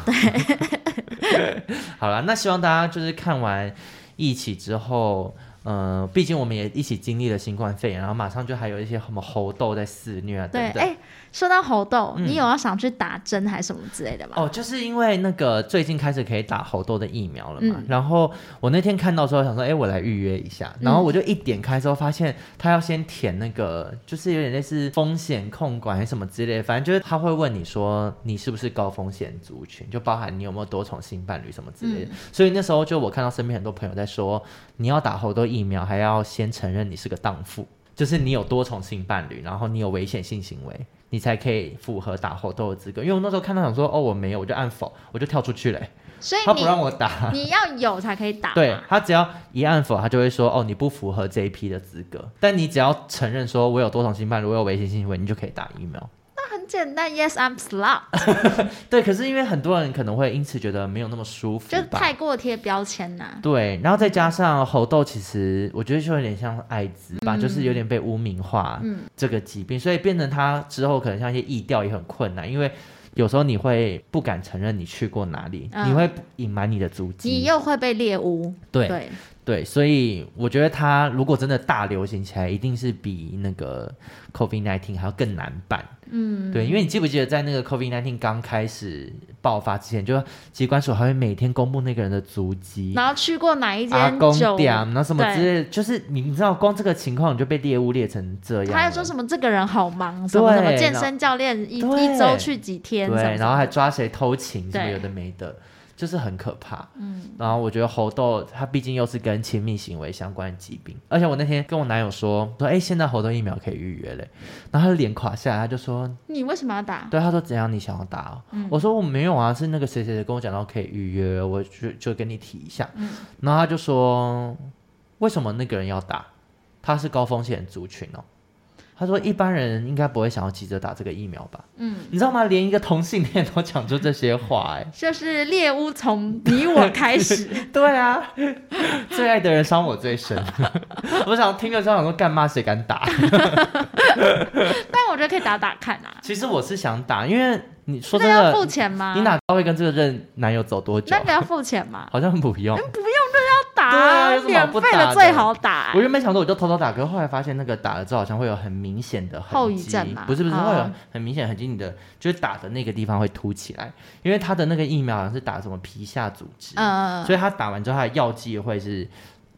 Speaker 1: 好了，那希望大家就是看完《一起》之后。呃，毕竟我们也一起经历了新冠肺炎，然后马上就还有一些什么猴痘在肆虐啊等
Speaker 2: 对，
Speaker 1: 等。
Speaker 2: 哎、说到猴痘，你有要想去打针还是什么之类的吗？
Speaker 1: 嗯哦，就是因为那个最近开始可以打猴痘的疫苗了嘛，
Speaker 2: 嗯
Speaker 1: 然后我那天看到之后想说，哎，我来预约一下，然
Speaker 2: 嗯
Speaker 1: 后我就一点开之后发现他要先填那个，就是有点类似风险控管还是什么之类的，反正就是他会问你说你是不是高风险族群，就包含你有没有多重性伴侣什么之类
Speaker 2: 嗯
Speaker 1: 的。所以那时候就我看到身边很多朋友在说，你要打猴痘疫苗还要先承认你是个荡妇。就是你有多重性伴侣，然后你有危险性行为，你才可以符合打猴痘的资格。因为我那时候看到想说，哦，我没有，我就按否，我就跳出去了、
Speaker 2: 所以
Speaker 1: 他不
Speaker 2: 你啊
Speaker 1: 让我打。
Speaker 2: 你要有才可以打。
Speaker 1: 对，他只要一按否，他就会说哦，你不符合这一批的资格。但你只要承认说我有多重性伴侣，我有危险性行为，你就可以打疫苗。
Speaker 2: 那很简单，Yes I'm slut，
Speaker 1: 对，可是因为很多人可能会因此觉得没有那么舒服吧，
Speaker 2: 就是太过贴标签呐、
Speaker 1: 对，然后再加上猴痘，其实我觉得就有点像艾滋吧，就是有点被污名化这个疾病，所以变成它之后可能像一些疫调也很困难，因为有时候你会不敢承认你去过哪里，
Speaker 2: 嗯
Speaker 1: 你会隐瞒你的足
Speaker 2: 你
Speaker 1: 迹。
Speaker 2: 又会被猎污。
Speaker 1: 对
Speaker 2: 对，
Speaker 1: 对，所以我觉得它如果真的大流行起来，一定是比那个 COVID nineteen 还要更难办。嗯，对，因为你记不记得在那个 COVID nineteen 刚开始爆发之前，就机关署还会每天公布那个人的足迹，
Speaker 2: 然后去过哪一
Speaker 1: 阿
Speaker 2: 间
Speaker 1: 啊公
Speaker 2: 酒？
Speaker 1: 店，然后什么之
Speaker 2: 对
Speaker 1: 类的，就是你你知道，光这个情况你就被猎物猎成这样了。
Speaker 2: 他还说什么这个人好忙，什么
Speaker 1: 对
Speaker 2: 什么健
Speaker 1: 然后
Speaker 2: 身教练一
Speaker 1: 对
Speaker 2: 一周去几天，什么什
Speaker 1: 对，
Speaker 2: 么
Speaker 1: 然后还抓谁偷情什么
Speaker 2: 对
Speaker 1: 有的没的，就是很可怕。嗯，然后我觉得猴痘它毕竟又是跟亲密行为相关的疾病，而且我那天跟我男友说说，哎、现在猴痘疫苗可以预约嘞，然后他脸垮下来，他就说，
Speaker 2: 你为什么要打？
Speaker 1: 对，他说怎样你想要打哦、我说我没有啊，是那个谁谁谁跟我讲到可以预约，我就就跟你提一下，然后他就说，为什么那个人要打？他是高风险族群哦。他说：“一般人应该不会想要急着打这个疫苗吧？
Speaker 2: 嗯，
Speaker 1: 你知道吗？连一个同性恋都讲出这些话、哎，
Speaker 2: 就是猎污从你我 开始。
Speaker 1: 对啊，最爱的人伤我最深。 我想听了之后想说，干嘛谁敢打？
Speaker 2: 但我觉得可以打打看啊。
Speaker 1: 其实我是想打，因为你说
Speaker 2: 那
Speaker 1: 真
Speaker 2: 要付
Speaker 1: 的，
Speaker 2: 钱吗？
Speaker 1: 你哪知道会跟这个任男友走多久
Speaker 2: 那？个要付钱吗？
Speaker 1: 好像不用，
Speaker 2: 不用，那要打、
Speaker 1: 对啊有什么好
Speaker 2: 免
Speaker 1: 不
Speaker 2: 费
Speaker 1: 打的
Speaker 2: 最好打、
Speaker 1: 我原本想说我就偷偷打，可是后来发现那个打了之后好像会有很明显的痕迹
Speaker 2: 后遗症嘛
Speaker 1: 不是不是，
Speaker 2: 哦
Speaker 1: 会有很明显的痕迹，你的就是打的那个地方会凸起来，因为它的那个疫苗好像是打什么皮下组织，
Speaker 2: 嗯，
Speaker 1: 所以它打完之后它的药剂会是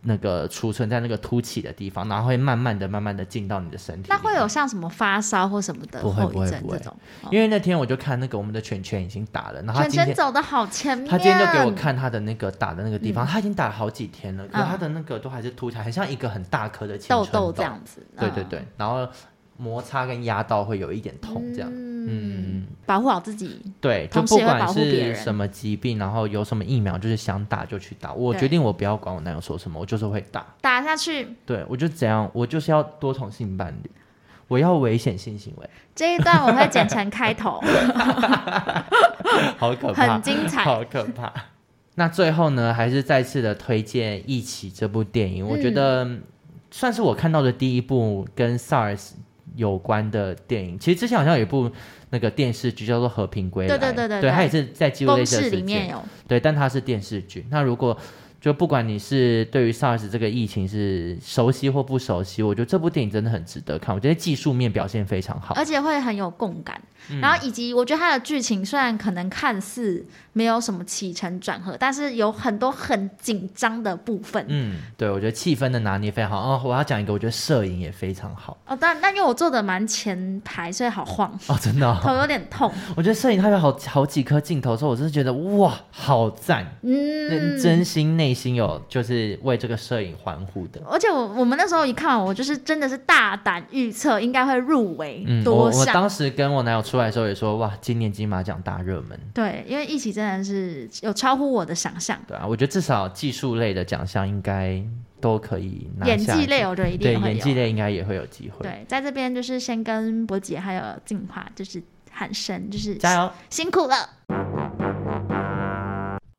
Speaker 1: 那个储存在那个凸起的地方，然后会慢慢的、慢慢的进到你的身体里面。
Speaker 2: 那会有像什么发烧或什么的
Speaker 1: 不会
Speaker 2: 后遗症
Speaker 1: 不会
Speaker 2: 这种？
Speaker 1: 因为那天我就看那个我们的犬犬已经打了，然后他
Speaker 2: 全
Speaker 1: 今
Speaker 2: 全
Speaker 1: 天
Speaker 2: 走的好前面，
Speaker 1: 他今天就给我看他的那个打的那个地方，
Speaker 2: 嗯
Speaker 1: 他已经打了好几天了，可是
Speaker 2: 嗯
Speaker 1: 他的那个都还是凸起来，很像一个很大颗的青
Speaker 2: 痘
Speaker 1: 春
Speaker 2: 痘这，样子，
Speaker 1: 对
Speaker 2: 嗯
Speaker 1: 对，对，然后摩擦跟压到会有一点痛这样。
Speaker 2: 嗯
Speaker 1: 嗯，
Speaker 2: 保护好自己，
Speaker 1: 对，就
Speaker 2: 同时
Speaker 1: 不
Speaker 2: 也会
Speaker 1: 管
Speaker 2: 保护别
Speaker 1: 是
Speaker 2: 人
Speaker 1: 什么疾病，然后有什么疫苗，就是想打就去打。我
Speaker 2: 对
Speaker 1: 决定我不要管我男友说什么，我就是会打。
Speaker 2: 打下去。
Speaker 1: 对我就怎样，我就是要多重性伴侣，我要危险性行为，
Speaker 2: 这一段我会剪成 开头，
Speaker 1: 好可怕，
Speaker 2: 很精彩。
Speaker 1: 好可怕。那最后呢，还是再次的推荐《一起》这部电
Speaker 2: 嗯
Speaker 1: 影，我觉得算是我看到的第一部跟 SARS 有关的电影。其实之前好像有一部那个电视剧叫做《和平归来》，
Speaker 2: 对对对对
Speaker 1: 对，
Speaker 2: 对
Speaker 1: 它也是在记录类
Speaker 2: 公
Speaker 1: 似的
Speaker 2: 式
Speaker 1: 事
Speaker 2: 里面
Speaker 1: 件，
Speaker 2: 有，
Speaker 1: 对，但它是电视剧。那如果就不管你是对于 SARS 这个疫情是熟悉或不熟悉，我觉得这部电影真的很值得看。我觉得技术面表现非常好，嗯
Speaker 2: 而且会很有共感。然后以及我觉得它的剧情虽然可能看似没有什么起承转合，但是有很多很紧张的部分。
Speaker 1: 嗯，对，我觉得气氛的拿捏非常好。哦，我要讲一个，我觉得摄影也非常好
Speaker 2: 哦，但但因为我坐的蛮前排，所以好晃，
Speaker 1: 哦，真的、哦。
Speaker 2: 头有点痛。
Speaker 1: 我觉得摄影它有好好几颗镜头的时候，我真的觉得哇，好赞！
Speaker 2: 嗯
Speaker 1: 真，真心内心有就是为这个摄影欢呼的。
Speaker 2: 而且我我们那时候一看完，我就是真的是大胆预测应该会入围
Speaker 1: 嗯，我
Speaker 2: 多
Speaker 1: 我
Speaker 2: 项。
Speaker 1: 当时跟我男友出来的时候也说，哇，今年金马奖大热门，
Speaker 2: 对，因为一起真的是有超乎我的想象，
Speaker 1: 对啊，我觉得至少技术类的奖项应该都可以拿
Speaker 2: 演
Speaker 1: 下
Speaker 2: 技类
Speaker 1: 去
Speaker 2: 我觉得一
Speaker 1: 对
Speaker 2: 定会
Speaker 1: 演
Speaker 2: 有
Speaker 1: 技。类应该也会有机会，
Speaker 2: 对，在这边就是先跟博姐还有静华就是喊声，就是
Speaker 1: 加油！
Speaker 2: 辛苦了。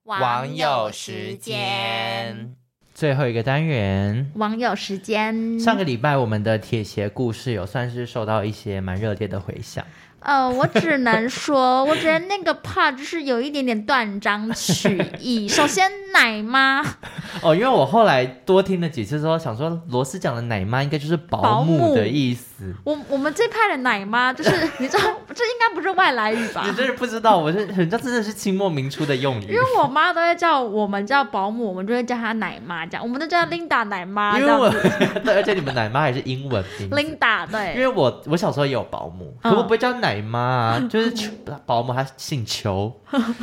Speaker 3: 网友时间。
Speaker 1: 最后一个单元，
Speaker 2: 网友时间，
Speaker 1: 上个礼拜我们的铁鞋故事有算是受到一些蛮热烈的回响。
Speaker 2: 呃，我只能说，我觉得那个 part 就是有一点点断章取义。首先，奶妈
Speaker 1: 哦，因为我后来多听了几次之后，想说罗斯讲的奶妈应该就是保
Speaker 2: 保
Speaker 1: 姆
Speaker 2: 姆
Speaker 1: 的意思。
Speaker 2: 我我们这派的奶妈，就是你知道，这应该不是外来语 吧
Speaker 1: 你？真是不知道，我是人家真的是清末明初的用
Speaker 2: 因
Speaker 1: 语。
Speaker 2: 为我妈都会叫我们叫保姆，我们就会叫她奶妈这样，我们都叫 Linda 奶妈
Speaker 1: 嗯因
Speaker 2: 这
Speaker 1: 为
Speaker 2: 样
Speaker 1: 我
Speaker 2: 子。
Speaker 1: 对，而且你们奶妈还是英文名 字。
Speaker 2: Linda
Speaker 1: 因
Speaker 2: 对，
Speaker 1: 为我我小时候也有保姆，可
Speaker 2: 嗯
Speaker 1: 我不会叫奶妈、啊，就是求保姆，她姓 邱，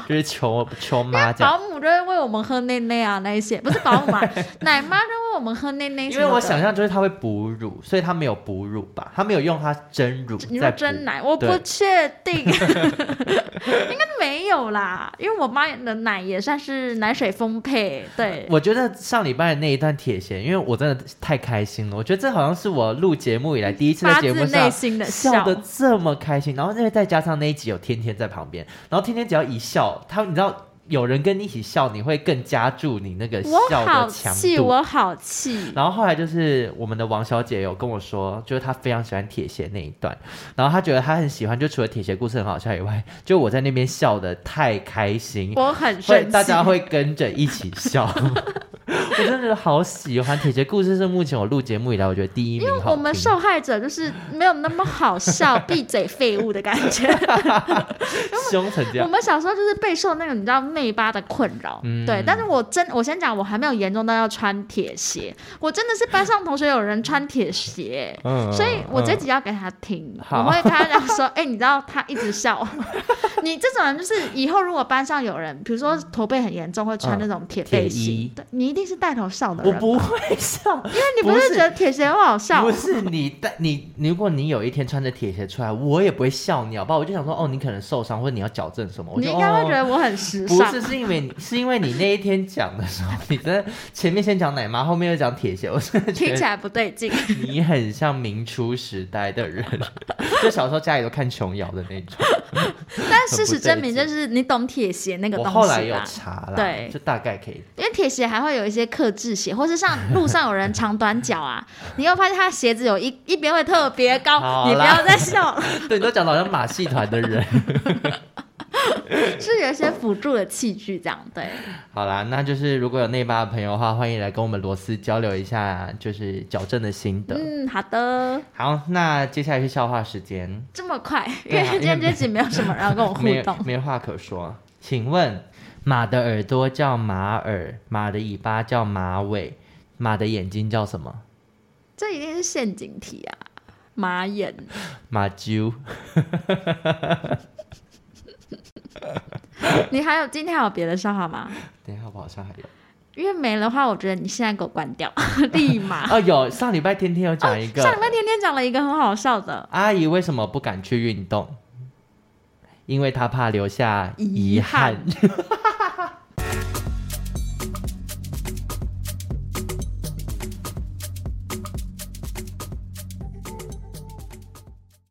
Speaker 1: 就是邱邱妈这样。
Speaker 2: 保姆就会喂我们喝奶奶啊那一些，不是 保姆啊，奶妈就喂我们喝奶奶什
Speaker 1: 因
Speaker 2: 么的。
Speaker 1: 为我想象就是她会哺乳，所以她没有哺乳吧？她没有用她真乳
Speaker 2: 你
Speaker 1: 在
Speaker 2: 说
Speaker 1: 哺
Speaker 2: 真奶，我不
Speaker 1: 对
Speaker 2: 确 定，应该没有啦，因为我妈的奶也算是奶水丰沛，对，
Speaker 1: 我觉得上礼拜的那一段铁鞋，因为我真的太开心了，我觉得这好像是我录节目以来第一次在
Speaker 2: 发
Speaker 1: 节
Speaker 2: 自
Speaker 1: 目
Speaker 2: 内
Speaker 1: 上
Speaker 2: 心的
Speaker 1: 笑的这么开心，然后因为再加上那一集有天天在旁边，然后天天只要一笑，他你知道有人跟你一起笑，你会更加注你那个
Speaker 2: 我
Speaker 1: 笑
Speaker 2: 好
Speaker 1: 的强
Speaker 2: 气，
Speaker 1: 度。
Speaker 2: 我好气，
Speaker 1: 然后后来就是我们的王小姐有跟我说，就是她非常喜欢铁鞋那一段，然后她觉得她很喜欢，就除了铁鞋故事很好笑以外，就我在那边笑的太开心，
Speaker 2: 我很
Speaker 1: 会
Speaker 2: 生气。
Speaker 1: 大家会跟着一起笑。 我真的觉得好喜欢《铁鞋故事》，是目前我录节目以来我觉得第一名好听。嗯
Speaker 2: 我们受害者就是没有那么好 笑，闭嘴废物的感觉。
Speaker 1: 凶成这
Speaker 2: 我
Speaker 1: 样，
Speaker 2: 们小时候就是备受那个你知道内八的困扰，
Speaker 1: 嗯
Speaker 2: 对。但是我真我先讲，我还没有严重到要穿铁鞋，我真的是班上同学有人穿铁鞋，
Speaker 1: 嗯
Speaker 2: 所以我这
Speaker 1: 嗯
Speaker 2: 集要给他听，
Speaker 1: 好
Speaker 2: 我会跟他讲说，哎、你知道他一 直笑，你这种人就是以后如果班上有人，比如说驼背很严重，会穿那种铁
Speaker 1: 铁
Speaker 2: 背
Speaker 1: 衣
Speaker 2: 心，对你一定是带头笑的
Speaker 1: 我
Speaker 2: 人。
Speaker 1: 不会笑，因为
Speaker 2: 那你不是觉得铁鞋很好笑
Speaker 1: 不？是你，但你如果你有一天穿着铁鞋出来，我也不会笑你，好不好？我就想说，哦，你可能受伤，或者你要矫正什么，我
Speaker 2: 你
Speaker 1: 就
Speaker 2: 应该会
Speaker 1: 哦
Speaker 2: 觉得我很时
Speaker 1: 不
Speaker 2: 尚
Speaker 1: 是，。是因为你是因为你那一天讲的时候，你真的前面先讲奶妈，后面又讲铁鞋，我真的觉
Speaker 2: 听起
Speaker 1: 得
Speaker 2: 来不对劲，
Speaker 1: 你很像明初时代的人， 就小时候家里都看琼瑶的那种。
Speaker 2: 但事实证
Speaker 1: 很
Speaker 2: 明，
Speaker 1: 不对劲
Speaker 2: 就是你懂铁鞋那个
Speaker 1: 我
Speaker 2: 东
Speaker 1: 后来
Speaker 2: 西
Speaker 1: 有
Speaker 2: 啦，
Speaker 1: 查啦，
Speaker 2: 对
Speaker 1: 就大概可以。
Speaker 2: 因为铁鞋还会有一些克制鞋，或是像路上有人长短脚啊， 你又发现他的鞋子有一一边会特别
Speaker 1: 好
Speaker 2: 高，
Speaker 1: 啦
Speaker 2: 你不要再笑了。
Speaker 1: 对，你都讲的好像马戏团的人。
Speaker 2: 是有一些辅助的器具这样，对，
Speaker 1: 好啦，那就是如果有内八的朋友的话，欢迎来跟我们罗斯交流一下，就是矫正的心得。
Speaker 2: 嗯，好的，
Speaker 1: 好，那接下来是笑话时间，
Speaker 2: 这么快，因
Speaker 1: 对
Speaker 2: 为
Speaker 1: 啊
Speaker 2: 今天这集没有什么人要跟我互
Speaker 1: 没有
Speaker 2: 动，
Speaker 1: 没话可说。请问，马的耳朵叫马耳，马的尾巴叫马尾，马的眼睛叫什么？
Speaker 2: 这一定是陷阱题啊，马眼，
Speaker 1: 马啾。
Speaker 2: 你还有今天还有别的笑话吗？
Speaker 1: 等一下，我好像还有
Speaker 2: 因为没的话，我觉得你现在给我关掉， 立马。
Speaker 1: 哦，有上礼拜天天有讲 一个、
Speaker 2: 哦上礼拜天天讲了一个很好笑的，
Speaker 1: 阿姨为什么不敢去运动？因为她怕留下
Speaker 2: 遗
Speaker 1: 遗
Speaker 2: 憾
Speaker 1: 憾。